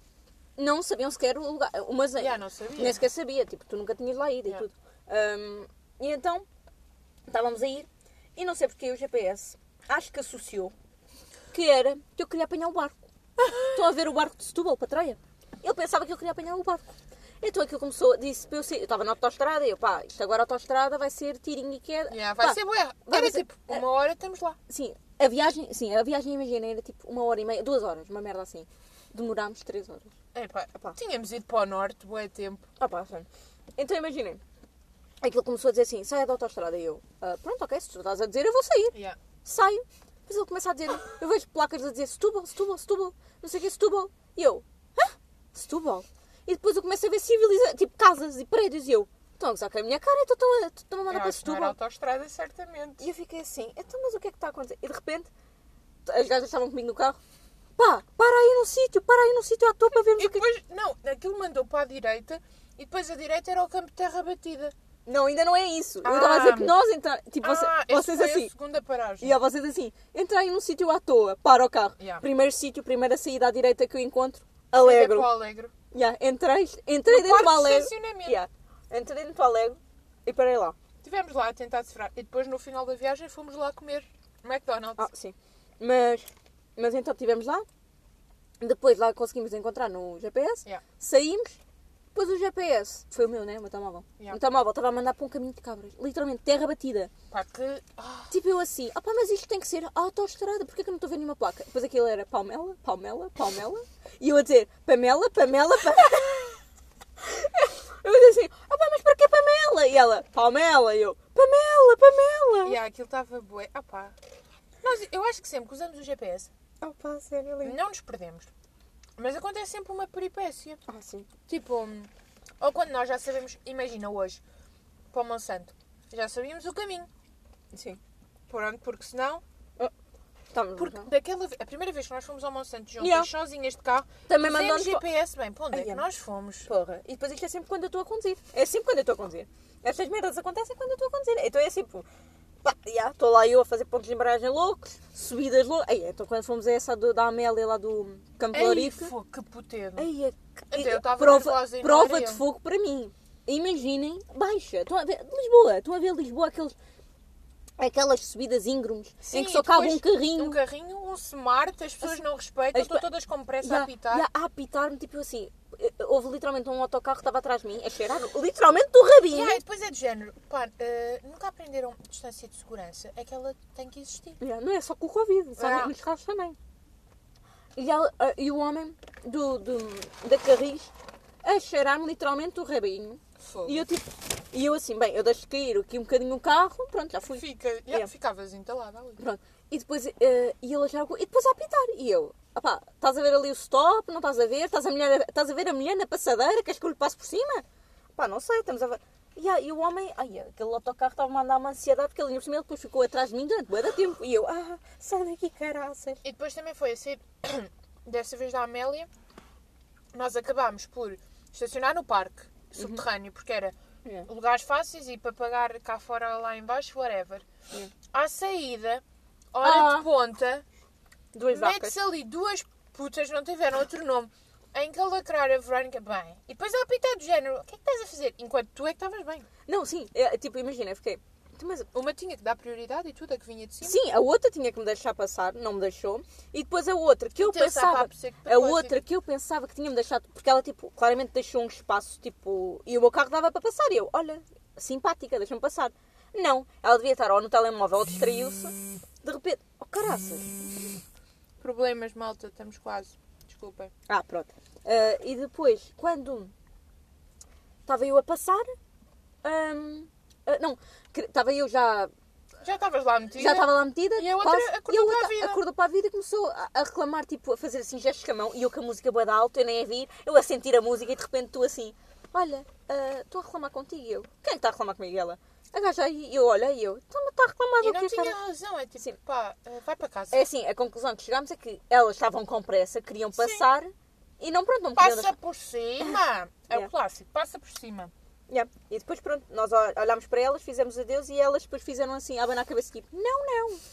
S1: não sabiam sequer o lugar, umas
S2: Já, não sabia.
S1: nem sequer sabia, tipo, tu nunca tinhas lá ido
S2: Já.
S1: e tudo. Ahm, e então, estávamos a ir e não sei porque o GPS acho que associou que era que eu queria apanhar o
S2: *laughs*
S1: barco. Estão a ver o barco de Setúbal para Troia? Ele pensava que eu queria apanhar o barco. Então aquilo começou, disse para eu ser. Eu estava na autostrada e eu, pá, isto agora a autostrada vai ser tirinho e queda.
S2: Já, vai
S1: Pá,
S2: ser bué.
S1: vai
S2: Era
S1: ser- Ah,
S2: tipo, uma hora estamos lá.
S1: Sim, a viagem, sim, a viagem, imagina, era tipo uma hora e meia, duas horas, uma merda assim. Demorámos três horas.
S2: Epá,
S1: Epá.
S2: Tínhamos ido para o norte, bué tempo.
S1: Ah pá, sim. Então imaginem. Aquilo começou a dizer assim, saia da autostrada e eu, "Ah, pronto, ok, se tu estás a dizer, eu vou sair. Saio. Depois ele começa a dizer, eu vejo placas a dizer Setúbal, Setúbal, Setúbal, não sei o que, Setúbal. E eu, hã? Setúbal? E depois eu começo a ver civiliza tipo casas e prédios e eu, estão a gozar com a minha cara, então estão a- estão a mandar
S2: Eu
S1: para
S2: acho que não era
S1: Setúbal.
S2: autostrada, certamente.
S1: E eu fiquei assim, então mas o que é que está a acontecer? E de repente, as gajas estavam comigo no carro, pá, para aí num sítio, para aí num sítio à toa para vermos
S2: E
S1: o que é que...
S2: depois, não, aquilo mandou para a direita e depois a direita era o campo de terra batida.
S1: Não, ainda não é isso. Eu
S2: Ah.
S1: estava a dizer que nós, então, tipo, voce-
S2: ah, essa
S1: vocês
S2: foi
S1: assim...
S2: a segunda paragem.
S1: E a vocês assim, entrei num sítio à toa, para o carro.
S2: Yeah.
S1: Primeiro sítio, primeira saída à direita que eu encontro,
S2: Mas é
S1: alegro.
S2: para o Alegre.
S1: Yeah, entrei entrei
S2: No
S1: dentro do
S2: parque de
S1: alegro.
S2: estacionamento.
S1: Yeah. Entrei dentro do alegro e parei lá.
S2: Estivemos lá a tentar sofrer. E depois, no final da viagem, fomos lá comer McDonald's.
S1: Ah, sim. Mas, mas então estivemos lá, depois lá conseguimos encontrar no GPS,
S2: Yeah.
S1: saímos, depois o GPS, foi o meu, né? O meu telemóvel.
S2: Yeah.
S1: O telemóvel estava a mandar para um caminho de cabras, literalmente, terra batida.
S2: Pá, que... ah,
S1: Tipo eu assim, opá, mas isto tem que ser autoestrada, porque é que eu não estou a ver nenhuma placa? Depois aquilo era Palmela, Palmela, Palmela, e eu a dizer Pamela, Pamela, Pamela. *laughs* Eu a dizer assim, opá, mas para que Pamela? E ela, Palmela, e eu, Pamela, Pamela.
S2: yeah, aquilo estava bué. Ah pá. Nós, eu acho que sempre que usamos o GPS,
S1: Opá, sério, lindo.
S2: não nos perdemos. Mas acontece sempre uma peripécia.
S1: Ah, sim.
S2: Tipo, hum, ou quando nós já sabemos... Imagina, hoje, para o Monsanto, já sabíamos o caminho.
S1: Sim.
S2: Pronto, porque senão...
S1: Estamos
S2: Porque
S1: não?
S2: daquela ve- a primeira vez que nós fomos ao Monsanto juntos,
S1: Uhum. Yeah.
S2: sozinhas de carro,
S1: Também
S2: pusemos
S1: mandou-nos pa-
S2: GPS, bem, para onde é
S1: Ai,
S2: que
S1: Ana.
S2: nós fomos?
S1: Porra. E depois isto é sempre quando eu estou a conduzir. É sempre quando eu estou a conduzir. Estas merdas acontecem quando eu estou a conduzir. Então é sempre. Pá, já, estou lá eu a fazer pontos de embreagem loucos, subidas loucas. Ei, então quando fomos a essa do- da Amélia lá do Campo
S2: Ei,
S1: Lourisco.
S2: fo, que puteiro.
S1: Ei, é que-
S2: Então, eu estava
S1: prova,
S2: nervosa e não
S1: prova
S2: era
S1: de
S2: eu.
S1: fogo para mim. Imaginem, baixa. Estão a ver Lisboa, estão a ver Lisboa aqueles, aquelas subidas íngremes em que só
S2: e
S1: cabe um
S2: depois
S1: carrinho.
S2: Um carrinho, um smart, as pessoas não respeitam,
S1: as
S2: estão
S1: pe-
S2: todas com pressa
S1: Já-
S2: a apitar.
S1: já a apitar-me, tipo assim, eh, houve literalmente um autocarro que estava atrás de mim, a cheirar literalmente do rabinho.
S2: E aí, depois é de género, pá, eh, nunca aprenderam distância de segurança, é que ela tem que existir.
S1: Yeah, não é só com o Covid, só
S2: Ah.
S1: nos carros também. E, ela- ah, e o homem do, do, da Carris a cheirar-me literalmente o rabinho.
S2: Fogo.
S1: E eu tipo, e eu assim, bem, eu deixo cair aqui um bocadinho o carro, pronto, já fui.
S2: Fica, já,
S1: Yeah.
S2: Ficavas entalada ali.
S1: Pronto. E depois, eh, e ele a cheirar o cu- e depois a apitar. E eu, opá, estás a ver ali o stop, não estás a ver? Estás a, mulher, estás a ver a mulher na passadeira, queres que eu lhe passe por cima? Pá, não sei, estamos a ver. E, ah, e o homem, ai, aquele autocarro estava a dar uma ansiedade porque ele, por cima, ele depois ficou atrás de mim durante bué de tempo. E eu, ah, sai daqui, caraças.
S2: E depois também foi a sair, *coughs* dessa vez da Amélia, nós acabámos por estacionar no parque subterrâneo, porque era
S1: Uhum. Yeah.
S2: lugares fáceis e para pagar cá fora ou lá em baixo, whatever.
S1: Yeah.
S2: À saída, hora
S1: Ah.
S2: de ponta,
S1: Duas vacas.
S2: mete-se ali duas putas, não tiveram outro nome, em que a lacrar a Verónica bem. E depois ela pinta do género, o que é que estás a fazer? Enquanto tu é que estavas bem.
S1: Não, sim, é, tipo, imagina, eu fiquei. "Então, Mas,
S2: Uma tinha que dar prioridade e tudo, a que vinha de cima.
S1: sim, a outra tinha que me deixar passar, não me deixou. E depois a outra que eu
S2: Meteu-se à
S1: pensava.
S2: rabo seco de
S1: A
S2: propósito.
S1: outra que eu pensava que tinha-me deixado. Porque ela, tipo, claramente deixou um espaço, tipo. E o meu carro dava para passar. E eu, olha, simpática, deixa-me passar. Não, ela devia estar ou no telemóvel ou distraiu-se. De repente, oh caraças.
S2: Problemas, malta, estamos quase. Desculpem.
S1: Ah, pronto. Ah, e depois, quando estava eu a passar. ahm, ah, não, que- estava eu já
S2: Já estavas lá metida?
S1: já estava lá metida.
S2: E a outra acordou
S1: e a
S2: para a
S1: outra
S2: vida.
S1: acordou para a vida e começou a, a reclamar, tipo, a fazer assim gestos com a mão. E eu com a música boa da alta, eu nem a vir, eu a sentir a música e de repente tu assim, olha, ah, estou a reclamar contigo. E eu, quem está a reclamar comigo? E Ela, a gaja aí, E eu, olha, e eu, está a reclamar
S2: E
S1: do
S2: não
S1: quê,
S2: tinha
S1: cara?
S2: razão, é tipo,
S1: Sim.
S2: pá, eh, vai para casa.
S1: É assim, a conclusão que chegámos é que elas estavam com pressa, queriam passar e não, pronto, não queriam
S2: Passa por cima! É
S1: Yeah.
S2: o clássico, passa por cima.
S1: Yeah. E depois, pronto, nós ol- olhámos para elas, fizemos adeus e elas depois fizeram assim, abanar a cabeça, tipo, não, não, não,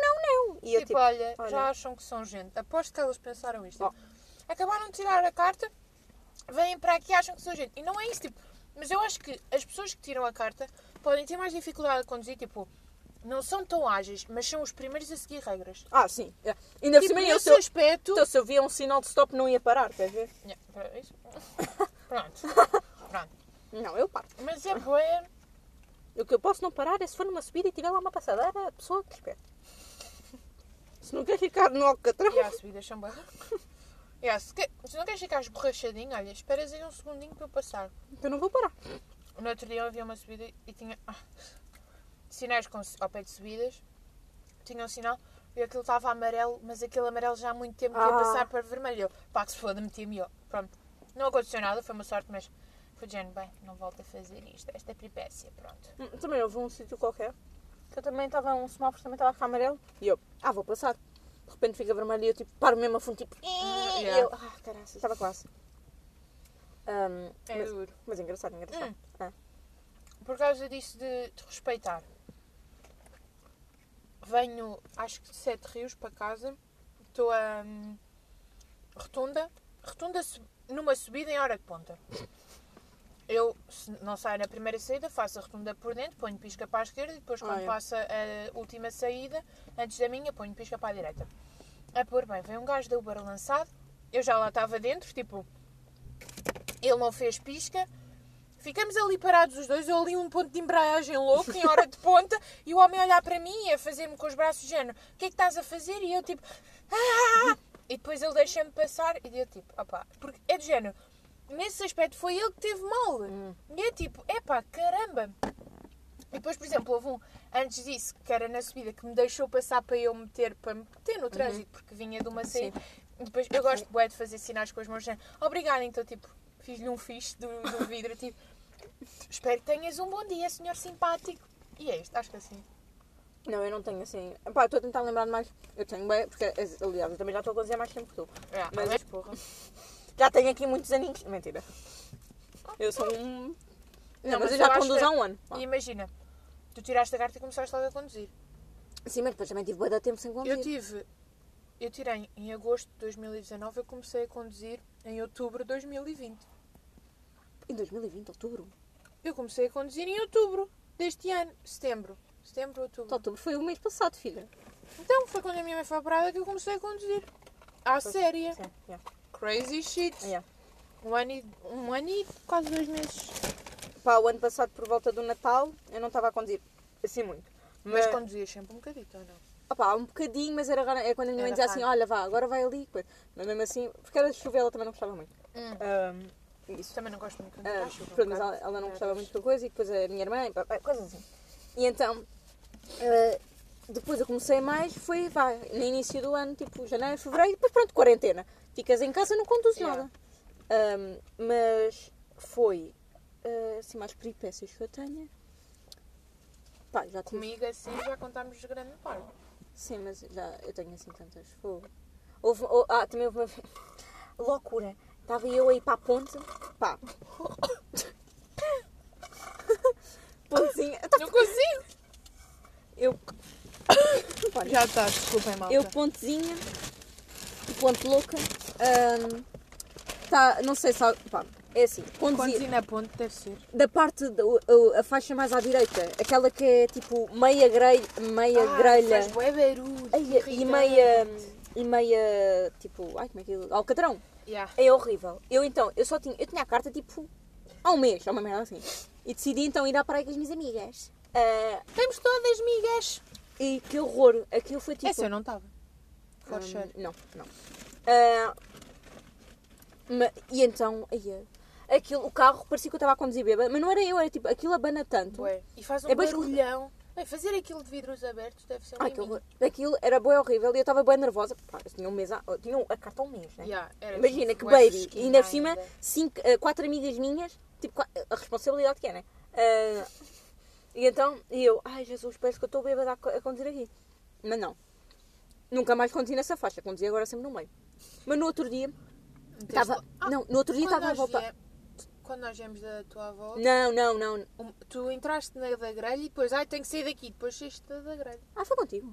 S1: não, não. E eu,
S2: tipo,
S1: tipo,
S2: olha,
S1: olha.
S2: já acham que são gente. Aposto que elas pensaram isto. tipo,
S1: Oh.
S2: Acabaram de tirar a carta, vêm para aqui e acham que são gente. E não é isso, tipo. Mas eu acho que as pessoas que tiram a carta podem ter mais dificuldade a conduzir, tipo, não são tão ágeis, mas são os primeiros a seguir regras.
S1: ah, sim. Yeah. Ainda por
S2: Tipo,
S1: cima, eu,
S2: nesse
S1: se eu,
S2: aspecto.
S1: então, se eu via um sinal de stop, não ia parar, quer ver?
S2: Yeah, pera- isso- *laughs* Pronto. Pronto.
S1: Não, eu paro.
S2: Mas é boa.
S1: O que eu posso não parar é se for numa subida e tiver lá uma passadeira, a pessoa que espera. Se não quer ficar no alcatrão,
S2: E há subidas são boas. *laughs* Yeah, se, que- se não queres ficar esborrachadinho, olha, esperas aí um segundinho para eu passar.
S1: eu não vou parar.
S2: No outro dia eu havia uma subida e tinha ah, sinais com, ao pé de subidas. Tinha um sinal e aquilo estava amarelo, mas aquele amarelo já há muito tempo que ia
S1: Ah.
S2: passar para vermelho. Eu, Pá, que se foda, meti-me eu. Pronto. Não aconteceu nada, foi uma sorte, mas foi de género, bem, não volto a fazer isto, esta peripécia, pronto.
S1: Hum, Também houve um sítio qualquer que eu também estava, um semáforo também estava a ficar amarelo e eu, ah, vou passar. De repente fica vermelho e eu tipo, paro mesmo a fundo, tipo, "Ih",
S2: yeah.
S1: e eu, ah, caralho, estava quase. Hum,
S2: É
S1: mas,
S2: duro.
S1: mas engraçado, engraçado.
S2: Hum.
S1: Ah.
S2: Por causa disso de, de respeitar. Venho, acho que de Sete Rios para casa. Estou a hum, rotunda. Rotunda su- numa subida em hora de ponta. Eu, se não saio na primeira saída, faço a rotunda por dentro, ponho pisca para a esquerda e depois quando
S1: Ah, é.
S2: passa a última saída, antes da minha, ponho pisca para a direita. A pôr bem, vem um gajo da Uber lançado, eu já lá estava dentro, tipo, ele não fez pisca, Ficamos ali parados os dois, eu ali um ponto de embreagem louco, em hora de ponta, e o homem a olhar para mim e a fazer-me com os braços, de género, o que é que estás a fazer? E eu tipo, "Ah!" E depois ele deixa-me passar, e eu tipo, opá, porque é de género, nesse aspecto foi ele que teve mal. E é tipo, epá, caramba. E depois, por exemplo, houve um, antes disso, que era na subida, que me deixou passar para eu meter, para me meter no trânsito, porque vinha de uma saída. E depois, eu gosto bué de fazer sinais com as mãos, de género, obrigada, então tipo, fiz-lhe um fixe do, do vidro, tipo, Espero que tenhas um bom dia, senhor simpático. E é isto, acho que assim.
S1: Não, eu não tenho assim. Pá, estou a tentar lembrar de mais. Eu tenho bem, porque aliás, eu também já estou a conduzir há mais tempo que tu.
S2: É,
S1: Mas- tipo,
S2: mas porra.
S1: Já tenho aqui muitos aninhos. Mentira. Eu sou um. Não, mas,
S2: mas
S1: eu
S2: eu
S1: já
S2: acho
S1: conduzo
S2: que-
S1: há um ano.
S2: E imagina, tu tiraste a carta e começaste logo a conduzir.
S1: Sim, mas depois também tive bué de tempo sem conduzir.
S2: Eu tive. Eu tirei em agosto de 2019, eu comecei a conduzir em outubro de 2020.
S1: Em 2020, outubro.
S2: Eu comecei a conduzir em outubro deste ano, setembro. Setembro, outubro.
S1: Outubro foi o mês passado, filha.
S2: Então foi quando a minha mãe foi operada que eu comecei a conduzir. À séria.
S1: Sim, yeah,
S2: Crazy shit.
S1: yeah.
S2: Um ano, e, um ano e quase dois meses.
S1: Pá, o ano passado, por volta do Natal, eu não estava a conduzir assim muito.
S2: Mas
S1: Mas,
S2: conduzias sempre um bocadito, ou não?
S1: opá, um bocadinho, mas era raro. É quando a minha mãe
S2: Era
S1: dizia assim:
S2: raro.
S1: olha, vá, agora vai ali. coisa. Mas mesmo assim, porque era de chover, ela também não gostava muito.
S2: Hum.
S1: Ahm, isso.
S2: Também não gosto muito de
S1: Ah,
S2: conduzir à chuva,
S1: pronto, mas
S2: claro.
S1: ela, ela não
S2: É,
S1: gostava
S2: mas-
S1: muito da coisa e depois a minha irmã, e pá, pá, coisas assim. E então, ah, depois eu comecei mais, foi vá, no início do ano, tipo janeiro, fevereiro, e depois pronto, quarentena. Ficas em casa, não conduz
S2: Yeah.
S1: nada. Ahm, mas foi, ah, assim, mais peripécias que eu tenho. Pá, já tive.
S2: Comigo assim já contámos grande parte.
S1: *laughs* Sim, mas já eu tenho assim tantas. Fogo. Houve, hou- ah, também houve uma vez- *laughs* loucura. Estava eu aí para a ponte. Pá. *laughs* Pontezinha. Então,
S2: Não consigo!
S1: Eu,
S2: Já estás, desculpem malta.
S1: eu pontezinha. Ponte louca. ahm, tá, não sei se. há- Pá, é assim. Pontezinha.
S2: Conduzir na ponte deve ser.
S1: Da parte. da- o- o- a faixa mais à direita. Aquela que é tipo meia grelha. Meia
S2: Ah,
S1: grelha.
S2: Faz bué barulho.
S1: Ai, e
S2: irritante.
S1: meia. E meia. Tipo. Ai, como é que é? Alcatrão.
S2: Yeah.
S1: É horrível. Eu então, eu só tinha, eu tinha a carta tipo há um mês, há uma merda assim. E decidi então ir à praia com as minhas amigas. Ah,
S2: Temos todas migas.
S1: e que horror, aquilo foi tipo.
S2: Essa eu não estava. For
S1: Hum,
S2: sure.
S1: Não, não. Ah, ma- e então, aí, aquilo, o carro parecia que eu estava a conduzir bêbada, mas não era eu, era tipo, aquilo abana tanto.
S2: Bué. E faz um
S1: É bué escuro.
S2: barulhão. Bem, fazer aquilo de vidros abertos deve ser um
S1: Ah, aquilo,
S2: horrível.
S1: aquilo era bem horrível e eu estava bem nervosa. Pá, eu tinha um mês, a, eu tinha a carta há um mês, né?
S2: Yeah, era
S1: Imagina
S2: tipo,
S1: que
S2: bué
S1: baby. E
S2: fresquinho
S1: ainda por cima,
S2: ainda.
S1: cinco, eh, quatro amigas minhas, tipo, qua- a responsabilidade que é, né? Ah, e então, e eu, ai Jesus, parece que eu estou bêbada a co- a conduzir aqui. Mas não. Nunca mais conduzi nessa faixa, conduzi agora sempre no meio. Mas no outro dia, estava.
S2: Ah,
S1: não, no outro dia
S2: Quando
S1: estava a
S2: nós
S1: voltar.
S2: vie- Quando nós viemos da tua avó,
S1: Não, não, não.
S2: um- tu entraste na da grelha e depois, ai, tenho que sair daqui. Depois saíste da da grelha.
S1: Ah, foi contigo.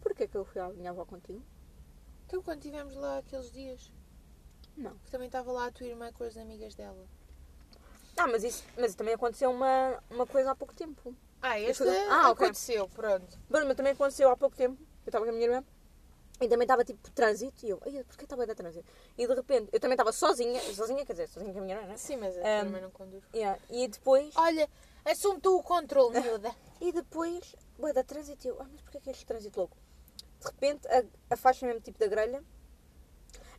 S1: Porquê que eu fui à minha avó contigo?
S2: Então, quando estivemos lá aqueles dias.
S1: Não.
S2: Que também estava lá a tua irmã com as amigas dela.
S1: Ah, mas isso mas também aconteceu uma, uma coisa há pouco tempo.
S2: Ah, esta
S1: fui- Ah, ok.
S2: aconteceu, pronto.
S1: Bom, mas também aconteceu há pouco tempo. Eu estava com a minha irmã e também estava tipo trânsito. E eu, ai, porquê estava a dar trânsito? E de repente, eu também estava sozinha, sozinha, quer dizer, sozinha com a minha irmã, né?
S2: Sim, mas a tua
S1: Ahm.
S2: irmã não conduz.
S1: Yeah. E depois,
S2: Olha, assume tu o controle, miúda.
S1: e depois, bué, da trânsito. E eu, ah, mas porquê que é este trânsito louco? De repente, a, a faixa mesmo tipo da grelha.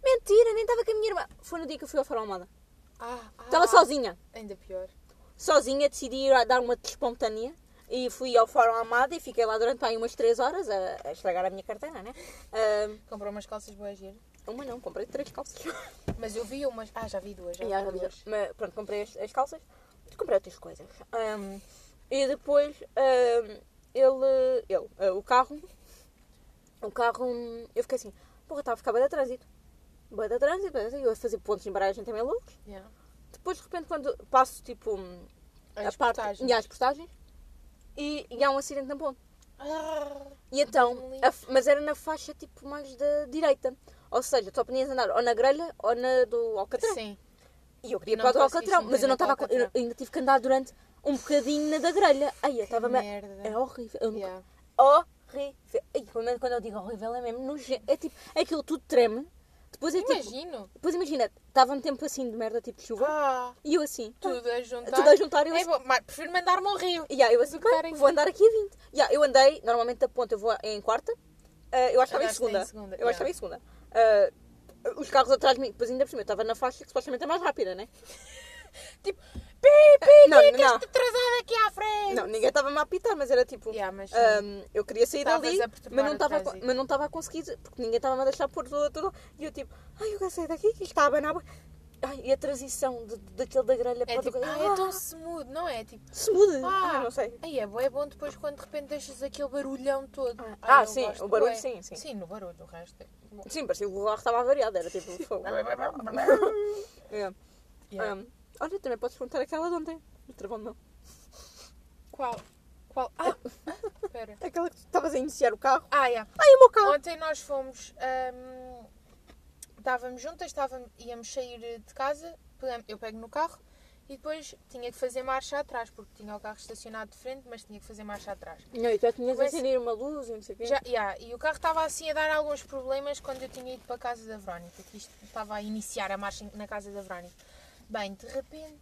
S1: Mentira, nem estava com a minha irmã. Foi no dia que eu fui ao Faro Almada.
S2: *laughs* Ah, ah,
S1: Estava sozinha.
S2: Ainda pior.
S1: sozinha decidi ir a dar uma de espontânea e fui ao Fórum Amada e fiquei lá durante pá, aí umas 3 horas a, a estragar a minha carteira, né? Ah,
S2: Comprou umas calças boas giras.
S1: uma não, comprei três calças.
S2: Mas eu vi umas. Ah, já vi duas. Já
S1: E às
S2: vi
S1: vezes-
S2: duas.
S1: mas, pronto, comprei as, as calças, comprei outras coisas. Ah, e depois ah, ele, ele ah, o carro, o carro, hum, eu fiquei assim, porra, estava a ficar bem de trânsito. Bem de trânsito, bué de trânsito, eu a fazer pontos em baragem também loucos.
S2: Yeah.
S1: Depois, de repente, quando passo, tipo,
S2: As
S1: a parte,
S2: portagens.
S1: e há as portagens, e, e há um acidente na ponte.
S2: Ah,
S1: E então,
S2: Deus me
S1: a f- mas era na faixa tipo mais da direita. Ou seja, tu só podias andar ou na grelha ou na do Alcatrão.
S2: sim.
S1: E eu queria
S2: Não
S1: para a do
S2: conseguiste
S1: Alcatrão,
S2: meter
S1: mas eu
S2: na
S1: não estava.
S2: do
S1: a- eu
S2: Alcatrão.
S1: ainda tive que andar durante um bocadinho na da grelha. Aí eu estava. me-
S2: merda.
S1: É horrível. Eu nunca-
S2: Yeah.
S1: Horrível. Ai, pelo menos quando eu digo horrível é mesmo nojento. É tipo, aquilo tudo treme. Depois é tipo.
S2: Imagino.
S1: Depois imagina, estava um tempo assim de merda, tipo chuva.
S2: Ah,
S1: E eu assim.
S2: tudo a juntar.
S1: Tudo a juntar, eu
S2: É
S1: assim-
S2: bom, mas prefiro mandar-me ao rio.
S1: E yeah, eu assim,
S2: Do que estar
S1: "Bem,
S2: em
S1: vou andar aqui a 20. Yeah, eu andei, normalmente da ponta eu vou em quarta, eh, eu acho que estava em
S2: Andaste em
S1: segunda.
S2: segunda,
S1: Eu acho que estava
S2: yeah.
S1: em segunda. Eh, os carros atrás de mim, depois ainda por cima, eu estava na faixa que supostamente é mais rápida, né?
S2: Tipo, pi, pi,
S1: Não,
S2: não, que
S1: não.
S2: este atrasado aqui à frente.
S1: Não, ninguém estava-me a apitar, mas era tipo.
S2: Yeah, mas sim.
S1: ahm, eu queria sair
S2: Estavas
S1: dali,
S2: a perturbar
S1: mas não
S2: o
S1: estava a co-
S2: trânsito.
S1: mas não estava a conseguir, porque ninguém estava-me a deixar pôr tudo, tudo. E eu tipo, ai, eu quero sair daqui, que isto está a banar. bué." Ai, e a transição de, daquele da grelha
S2: É
S1: para
S2: tipo,
S1: o.
S2: ah, é tão smooth, não é? Tipo,
S1: Se muda!
S2: ah,
S1: não sei.
S2: Aí é bom, é bom depois quando de repente deixas aquele barulhão todo.
S1: Ah,
S2: Ai,
S1: ah,
S2: eu
S1: sim,
S2: gosto,
S1: o barulho,
S2: bué.
S1: sim, sim.
S2: Sim, no barulho, o resto é
S1: *laughs*
S2: bom.
S1: Sim, parecia que o carro estava variado, era tipo. fogo. Yeah.
S2: Yeah.
S1: Ahm, olha, também podes contar aquela de ontem. O travão não.
S2: Qual? Qual? Ah, espera.
S1: Aquela que tu estavas a iniciar o carro.
S2: Ah, yeah.
S1: Ai, o meu carro!
S2: Ontem nós fomos. hum, estávamos juntas, estávamos, íamos sair de casa, pegam- eu pego no carro e depois tinha que fazer marcha atrás, porque tinha o carro estacionado de frente, mas tinha que fazer marcha atrás.
S1: Não, e tu já tinhas a
S2: Começa-
S1: acender uma luz e não sei o quê.
S2: Já, yeah, e o carro estava assim a dar alguns problemas quando eu tinha ido para a casa da Verónica, que isto estava a iniciar a marcha na casa da Verónica. Bem, de repente,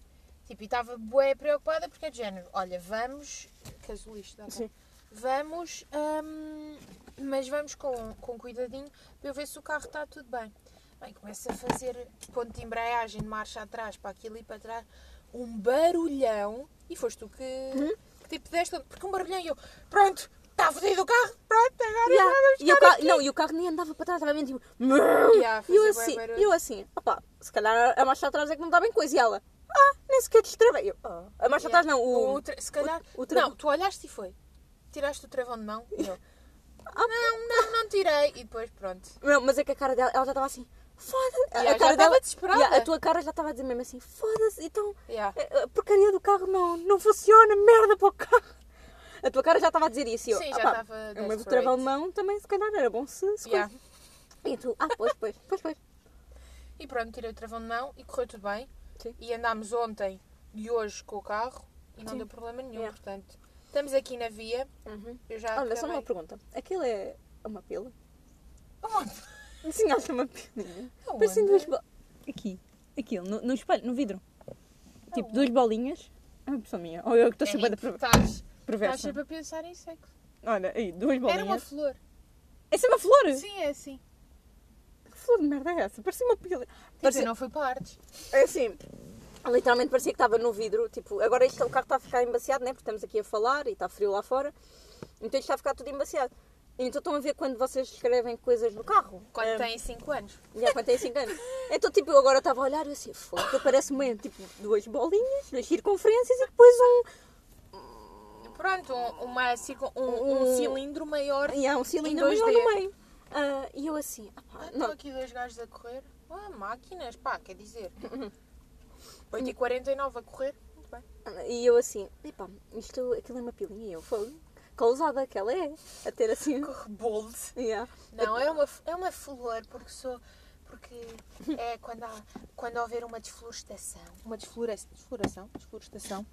S2: tipo, e estava bué preocupada porque é de género, olha, vamos, casualista, tá?
S1: Sim.
S2: vamos, hum, mas vamos com, com cuidadinho para eu ver se o carro está tudo bem. Bem, começa a fazer ponto de embreagem de marcha atrás, para aquilo e para trás, um barulhão, e foste tu que,
S1: Hum?
S2: que tipo deste, porque um barulhão e eu, pronto, está fodido o carro, pronto, agora
S1: Yeah.
S2: vamos
S1: E o carro, não, e o carro nem andava para trás, estava mesmo tipo.
S2: Yeah,
S1: e eu
S2: fazia bué
S1: assim,
S2: barulho.
S1: e eu assim, opá, se calhar a marcha atrás é que não está bem coisa. E ela, ah, nem sequer destravei. Eu, ah. A marcha atrás não, o.
S2: O tra- se calhar.
S1: o tra-
S2: Não, tu olhaste e foi. Tiraste o travão de mão e
S1: *laughs*
S2: eu. Ah, não, não, não tirei. E depois pronto.
S1: Não, mas é que a cara dela, ela já estava assim, foda-se.
S2: Yeah,
S1: a
S2: já
S1: cara
S2: estava
S1: dela,
S2: desesperada.
S1: Yeah, a tua cara já estava a dizer mesmo assim, foda-se, então.
S2: Yeah.
S1: A a porcaria do carro não, não funciona, merda para o carro. A tua cara já estava a dizer isso. e eu,
S2: Sim,
S1: "Ah,
S2: já
S1: pá,
S2: estava
S1: Mas o
S2: desperate."
S1: travão de mão também, se calhar, era bom se. se
S2: Yeah.
S1: coisa. E tu, ah, pois, pois, pois, pois.
S2: E pronto, tirei o travão de mão e correu tudo bem.
S1: Sim.
S2: E andámos ontem e hoje com o carro e não
S1: Sim.
S2: deu problema nenhum.
S1: Yeah.
S2: Portanto, estamos aqui na via. Eu já.
S1: Olha, só uma
S2: acabei.
S1: pergunta. Aquilo é uma pila?
S2: Aonde?
S1: Desenhaste Assim, uma pilinha?
S2: Aonde?
S1: Parecem duas bolinhas. Aqui, aquilo, no, no espelho, no vidro. Tipo, duas bolinhas. É uma impressão minha. Ou eu que estou
S2: Ah, É,
S1: sempre a
S2: estás-
S1: perver-
S2: Estás
S1: perversa.
S2: sempre a pensar em sexo.
S1: Olha, aí, duas
S2: Era uma
S1: bolinhas.
S2: flor.
S1: Essa é uma flor?
S2: Sim, é assim.
S1: Que flor de merda é essa? Parecia uma pila.
S2: Tipo,
S1: Parecia-
S2: eu não fui para artes.
S1: É assim, Literalmente parecia que estava no vidro. Tipo, agora este o carro está a ficar embaciado, né? Porque estamos aqui a falar e está frio lá fora. Então isto está a ficar tudo embaciado. Então estão a ver quando vocês escrevem coisas no carro.
S2: Quando
S1: Eh,
S2: têm 5 anos.
S1: Já quando têm 5 anos. Então, tipo, eu agora estava a olhar e eu assim, foda, parece-me tipo duas bolinhas, duas circunferências e depois um.
S2: Pronto, um, uma circun- um,
S1: Um-
S2: um cilindro maior.
S1: E há um cilindro
S2: Em 2D.
S1: maior no meio. Ah, e eu assim, ah, pá,
S2: Ah, Estão
S1: não.
S2: aqui dois gajos a correr. Ah, máquinas, pá, quer dizer. 8h49 a correr. Muito bem.
S1: E eu assim, epá, isto, aquilo é uma pilinha e eu fogo. Causada que ela é, a ter assim.
S2: Corre bold.
S1: Yeah.
S2: Não, é uma, é uma flor, porque sou. Porque é quando, há, quando houver uma desflorestação. Uma desflorestação? Desflorestação? Desflorestação.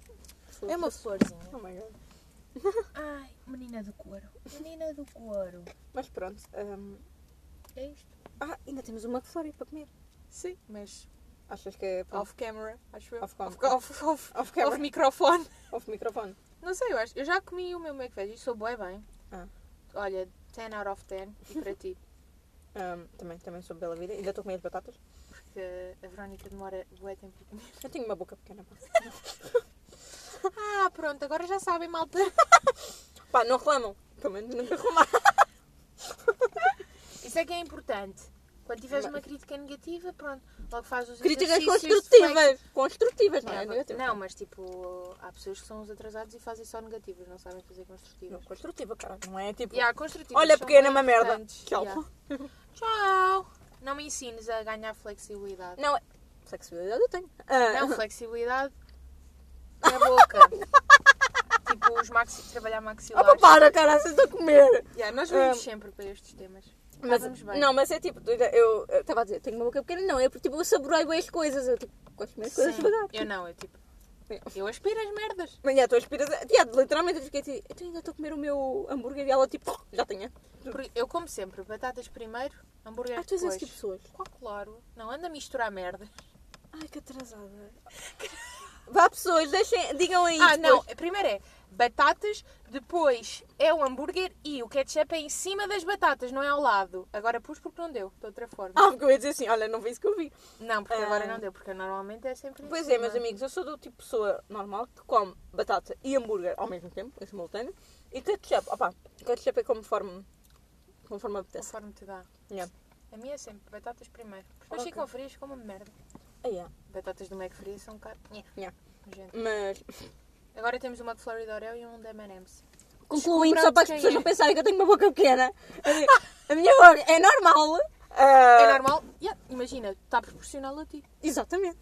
S2: É uma florzinha.
S1: Oh my God.
S2: Ai, menina do couro. Menina do couro.
S1: Mas pronto. hum,
S2: É isto?
S1: Ah, ainda temos uma McFlurry para comer.
S2: Sim, mas
S1: Achas que é para-
S2: off-camera, acho eu.
S1: Off-cam-
S2: Off- off- off-
S1: Off-camera.
S2: Off-microfone.
S1: off microfone?
S2: *laughs* Não sei, eu acho. Eu já comi o meu McVeggie e sou bué bem.
S1: Ah.
S2: Olha, 10 out of 10 e *laughs* para ti.
S1: Hum, também, também sou bela vida. Ainda estou a comer as batatas.
S2: Porque a Verónica demora bué tempo a comer.
S1: Eu tenho uma boca pequena. Pá,
S2: *laughs* Ah, pronto, agora já sabem, malta.
S1: pá não reclamam. Pelo menos nunca reclamaram.
S2: *laughs* Isso é que é importante. Quando tiveres uma crítica negativa, pronto, logo faz os
S1: Críticas
S2: exercícios de
S1: construtivas. Construtivas, não é?
S2: flex-
S1: Negativas.
S2: Não, mas tipo, há pessoas que são os atrasados e fazem só negativas, não sabem fazer construtivas.
S1: Não, construtiva, cara. Não é tipo.
S2: E há construtivas.
S1: Olha,
S2: são
S1: pequena, é
S2: bem
S1: uma merda.
S2: importantes.
S1: Tchau.
S2: Ya. Tchau. Não me ensines a ganhar flexibilidade.
S1: Não, é- flexibilidade eu tenho. Ah, *laughs*
S2: Não, flexibilidade na boca. tipo, os maxi... trabalhar maxilares.
S1: Opa, para, cara, vocês estão a comer.
S2: Yeah, nós vamos
S1: Ah.
S2: sempre para estes temas.
S1: Mas,
S2: Estávamos bem.
S1: não, mas é tipo, eu eu estava a dizer, tenho uma boca pequena, não, é porque tipo, eu saborei bem as coisas, eu tipo, gosto de comer as coisas
S2: Sim.
S1: devagar.
S2: Eu não, eu tipo.
S1: Eu.
S2: Eu aspiro as merdas.
S1: Mas, já, tu aspiras, a- já, literalmente eu fiquei assim, então ainda estou a comer o meu hambúrguer e ela tipo, *laughs* já tenho.
S2: Porque Eu como sempre batatas primeiro, hambúrguer
S1: Ah, tu és
S2: depois.
S1: esse tipo de pessoas.
S2: Qual claro? Não, anda a misturar merda.
S1: Ai, que atrasada. Vá pessoas, deixem, digam aí.
S2: ah,
S1: depois.
S2: não. Primeiro é batatas, depois é o hambúrguer e o ketchup é em cima das batatas, não é ao lado. Agora pus porque não deu, de outra forma.
S1: Ah, porque eu ia dizer assim, olha, não vi isso que eu vi.
S2: Não, porque agora
S1: Ah.
S2: não deu, porque normalmente é sempre em
S1: Pois é,
S2: cima.
S1: meus amigos, eu sou do tipo de pessoa normal que come batata e hambúrguer ao mesmo tempo, em simultâneo, e ketchup. Opa, ketchup é conforme, conforme apetece.
S2: Conforme te dá.
S1: Yeah.
S2: A minha é sempre batatas primeiro. Porque
S1: Ok.
S2: depois ficam frias como uma merda.
S1: Ah, yeah.
S2: Batatas do Mac frias são um caras.
S1: Yeah.
S2: Gente.
S1: Mas
S2: Agora temos uma de Florida de Oreo e um de M&M's.
S1: concluindo,
S2: Descobramos
S1: só para as
S2: quem
S1: pessoas
S2: é.
S1: não pensarem que eu tenho uma boca pequena, a minha boca é normal. ah,
S2: É normal? Yeah, imagina, está proporcional a ti.
S1: Exatamente.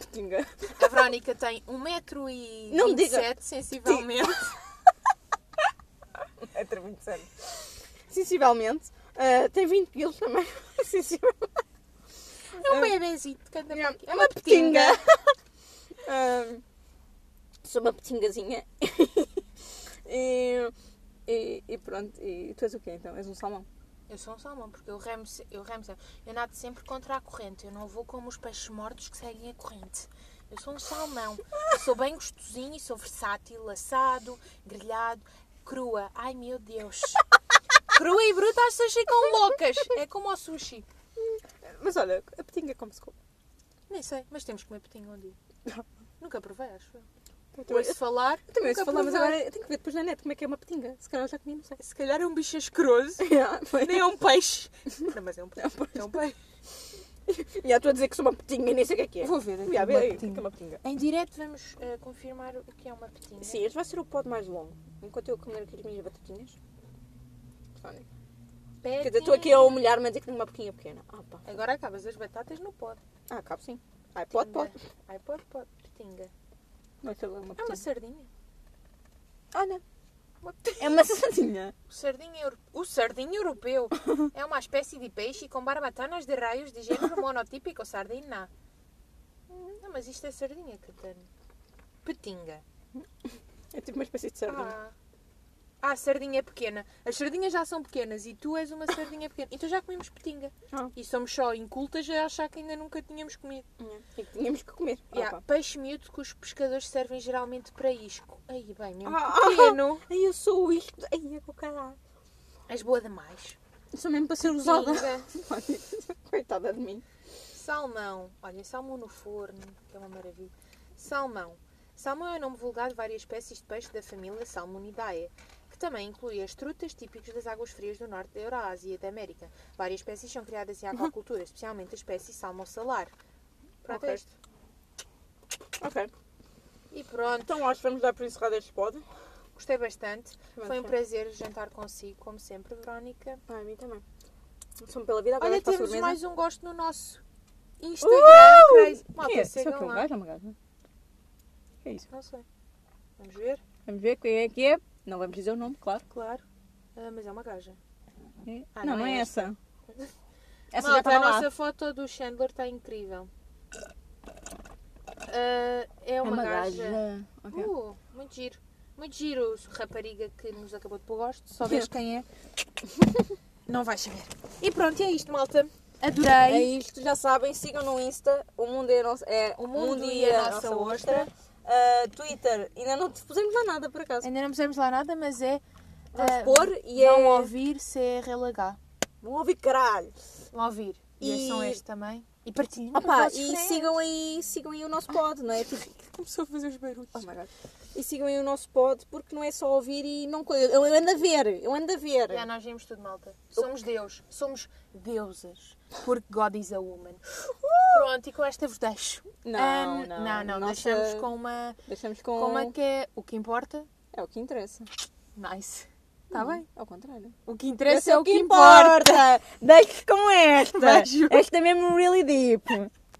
S1: Petinga.
S2: A Verónica tem 1,27m,
S1: Não me diga.
S2: sensivelmente.
S1: É ter 27. Sensivelmente. ah, tem 20 quilos também. *laughs* Sensivelmente.
S2: *laughs* É um bebezito que anda
S1: Yeah,
S2: por aqui. É uma petinga.
S1: *laughs* Ahm, sou uma petingazinha. *laughs* e, e- e pronto. E tu és o quê então? És um salmão?
S2: Eu sou um salmão, porque eu remo, se- eu remo sempre. Eu nado sempre contra a corrente. Eu não vou como os peixes mortos que seguem a corrente. Eu sou um salmão. Eu sou bem gostosinho e sou versátil. Assado, grelhado, crua. Ai meu Deus. Crua e bruta as pessoas ficam loucas. É como ao sushi.
S1: Mas olha, a petinga é come-se com.
S2: Nem sei, mas temos que comer petinho um dia. Nunca provei, acho eu.
S1: Eu também-
S2: Ouço falar.
S1: eu também
S2: nunca
S1: se falar, mas
S2: provei.
S1: agora eu tenho que ver depois na net como é que é uma petinga. Se calhar já comi,
S2: *laughs*
S1: não sei.
S2: Se calhar é um bicho asqueroso.
S1: Yeah, foi.
S2: Nem é um
S1: *laughs*
S2: peixe. Não, mas é um peixe. É um peixe.
S1: Já estou a dizer que sou uma petinga e nem sei o que é que é.
S2: Vou ver. aqui
S1: Já,
S2: uma
S1: vê aí, o que é
S2: petinha.
S1: que é uma petinga?
S2: Em direto vamos eh, confirmar o que é uma petinha.
S1: Sim, este vai ser o pod mais longo. Enquanto eu comer aqui as minhas batatinhas. Sónia. Quer dizer, estou aqui a humilhar-me a dizer que tenho uma pequinha pequena. Ah, pá.
S2: Agora acabas as batatas no pote.
S1: Ah, cabe sim. Ai, pode, pode.
S2: Ai, pode, pode. Petinga.
S1: Não, aquilo é uma
S2: É uma
S1: petinha.
S2: sardinha.
S1: Olha,
S2: Uma petinha.
S1: é uma *laughs* sardinha.
S2: O sardinha, euro- o
S1: *laughs*
S2: sardinha europeu é uma espécie de peixe com barbatanas de raios de género monotípico sardina. Não, mas isto é sardinha, Catano. Petinga.
S1: É tipo uma espécie de sardinha.
S2: Ah. Ah, sardinha pequena. As sardinhas já são pequenas e tu és uma sardinha pequena. Então já comemos petinga.
S1: Ah.
S2: E somos só incultas a achar que ainda nunca tínhamos comido.
S1: E Ah, É que tínhamos que comer.
S2: Yeah,
S1: Ah, pá.
S2: peixe miúdo que os pescadores servem geralmente para isco. Aí, bem, mesmo
S1: Ah,
S2: pequeno.
S1: Ai, eu sou isto. Ai, é com caralho.
S2: És boa demais.
S1: Sou mesmo para é ser usada.
S2: Petinga.
S1: *laughs* Coitada de mim.
S2: Salmão. Olha, salmão no forno, que é uma maravilha. Salmão. Salmão é o nome vulgar de várias espécies de peixe da família Salmonidae, que também inclui as trutas típicas das águas frias do norte da Eurásia e da América. Várias espécies são criadas em aquacultura, especialmente a espécie salmão salar. Pronto,
S1: Ok.
S2: é isto.
S1: Ok.
S2: E pronto.
S1: Então acho que vamos dar por encerrado este pod.
S2: Gostei bastante. Foi um
S1: Bastante.
S2: prazer jantar consigo, como sempre, Verónica.
S1: Ah, a mim também. Sou pela vida, agora
S2: Olha,
S1: vais para a
S2: temos
S1: sobremesa.
S2: mais um gosto no nosso Instagram, crazy.
S1: Que
S2: Malta,
S1: é? Sou
S2: sigam
S1: aquele
S2: lá.
S1: gajo ou uma gaja? Que é isso?
S2: Não sei. Vamos ver?
S1: Vamos ver quem é que é. Não vamos dizer o nome, claro.
S2: Claro. Ah, mas é uma gaja.
S1: É-
S2: Ah,
S1: não,
S2: não
S1: não
S2: é
S1: é essa. *laughs* Essa já
S2: Malta,
S1: estava
S2: a
S1: lá.
S2: nossa foto do Chandler está incrível. Ah, é
S1: É
S2: uma, gaja.
S1: Ok.
S2: Uh, muito giro. Muito giro, rapariga que nos acabou de pôr gosto. Só vês quem é. Não vais saber. E pronto, é isto, malta. Adorei.
S1: É isto, já sabem, sigam no Insta, o mundo é a nossa, é,
S2: O Mundo e a Nossa Ostra.
S1: Ah, Twitter, ainda não te pusemos lá nada por acaso.
S2: Ainda não pusemos lá nada, mas é.
S1: Vamos
S2: ah,
S1: pôr e Então, é.
S2: Vão ouvir CRLH.
S1: Vão ouvir caralho.
S2: Vão ouvir. E,
S1: E-
S2: são este também. E partilhem.
S1: Opa, e sigam aí, sigam aí o nosso pod, *laughs* não é? Tipo,
S2: Começou a fazer os barulhos.
S1: oh my God. E sigam aí o nosso pod, porque não é só ouvir e não. co- Eu eu ando a ver, eu ando a ver.
S2: Já, nós vimos tudo, malta. Somos Deus. Somos deusas. Porque God is a woman. Pronto, e com esta vos deixo.
S1: Não,
S2: Ahm,
S1: não,
S2: Uh! não, não,
S1: nossa-
S2: Deixamos com uma,
S1: Deixamos com.
S2: com uma que é o que importa.
S1: É o que interessa.
S2: Nice. Está Tá bem?
S1: Ao contrário.
S2: é O que
S1: é
S2: interessa é o que importa.
S1: Deixe com esta.
S2: *laughs* Beijo.
S1: Esta é mesmo really deep.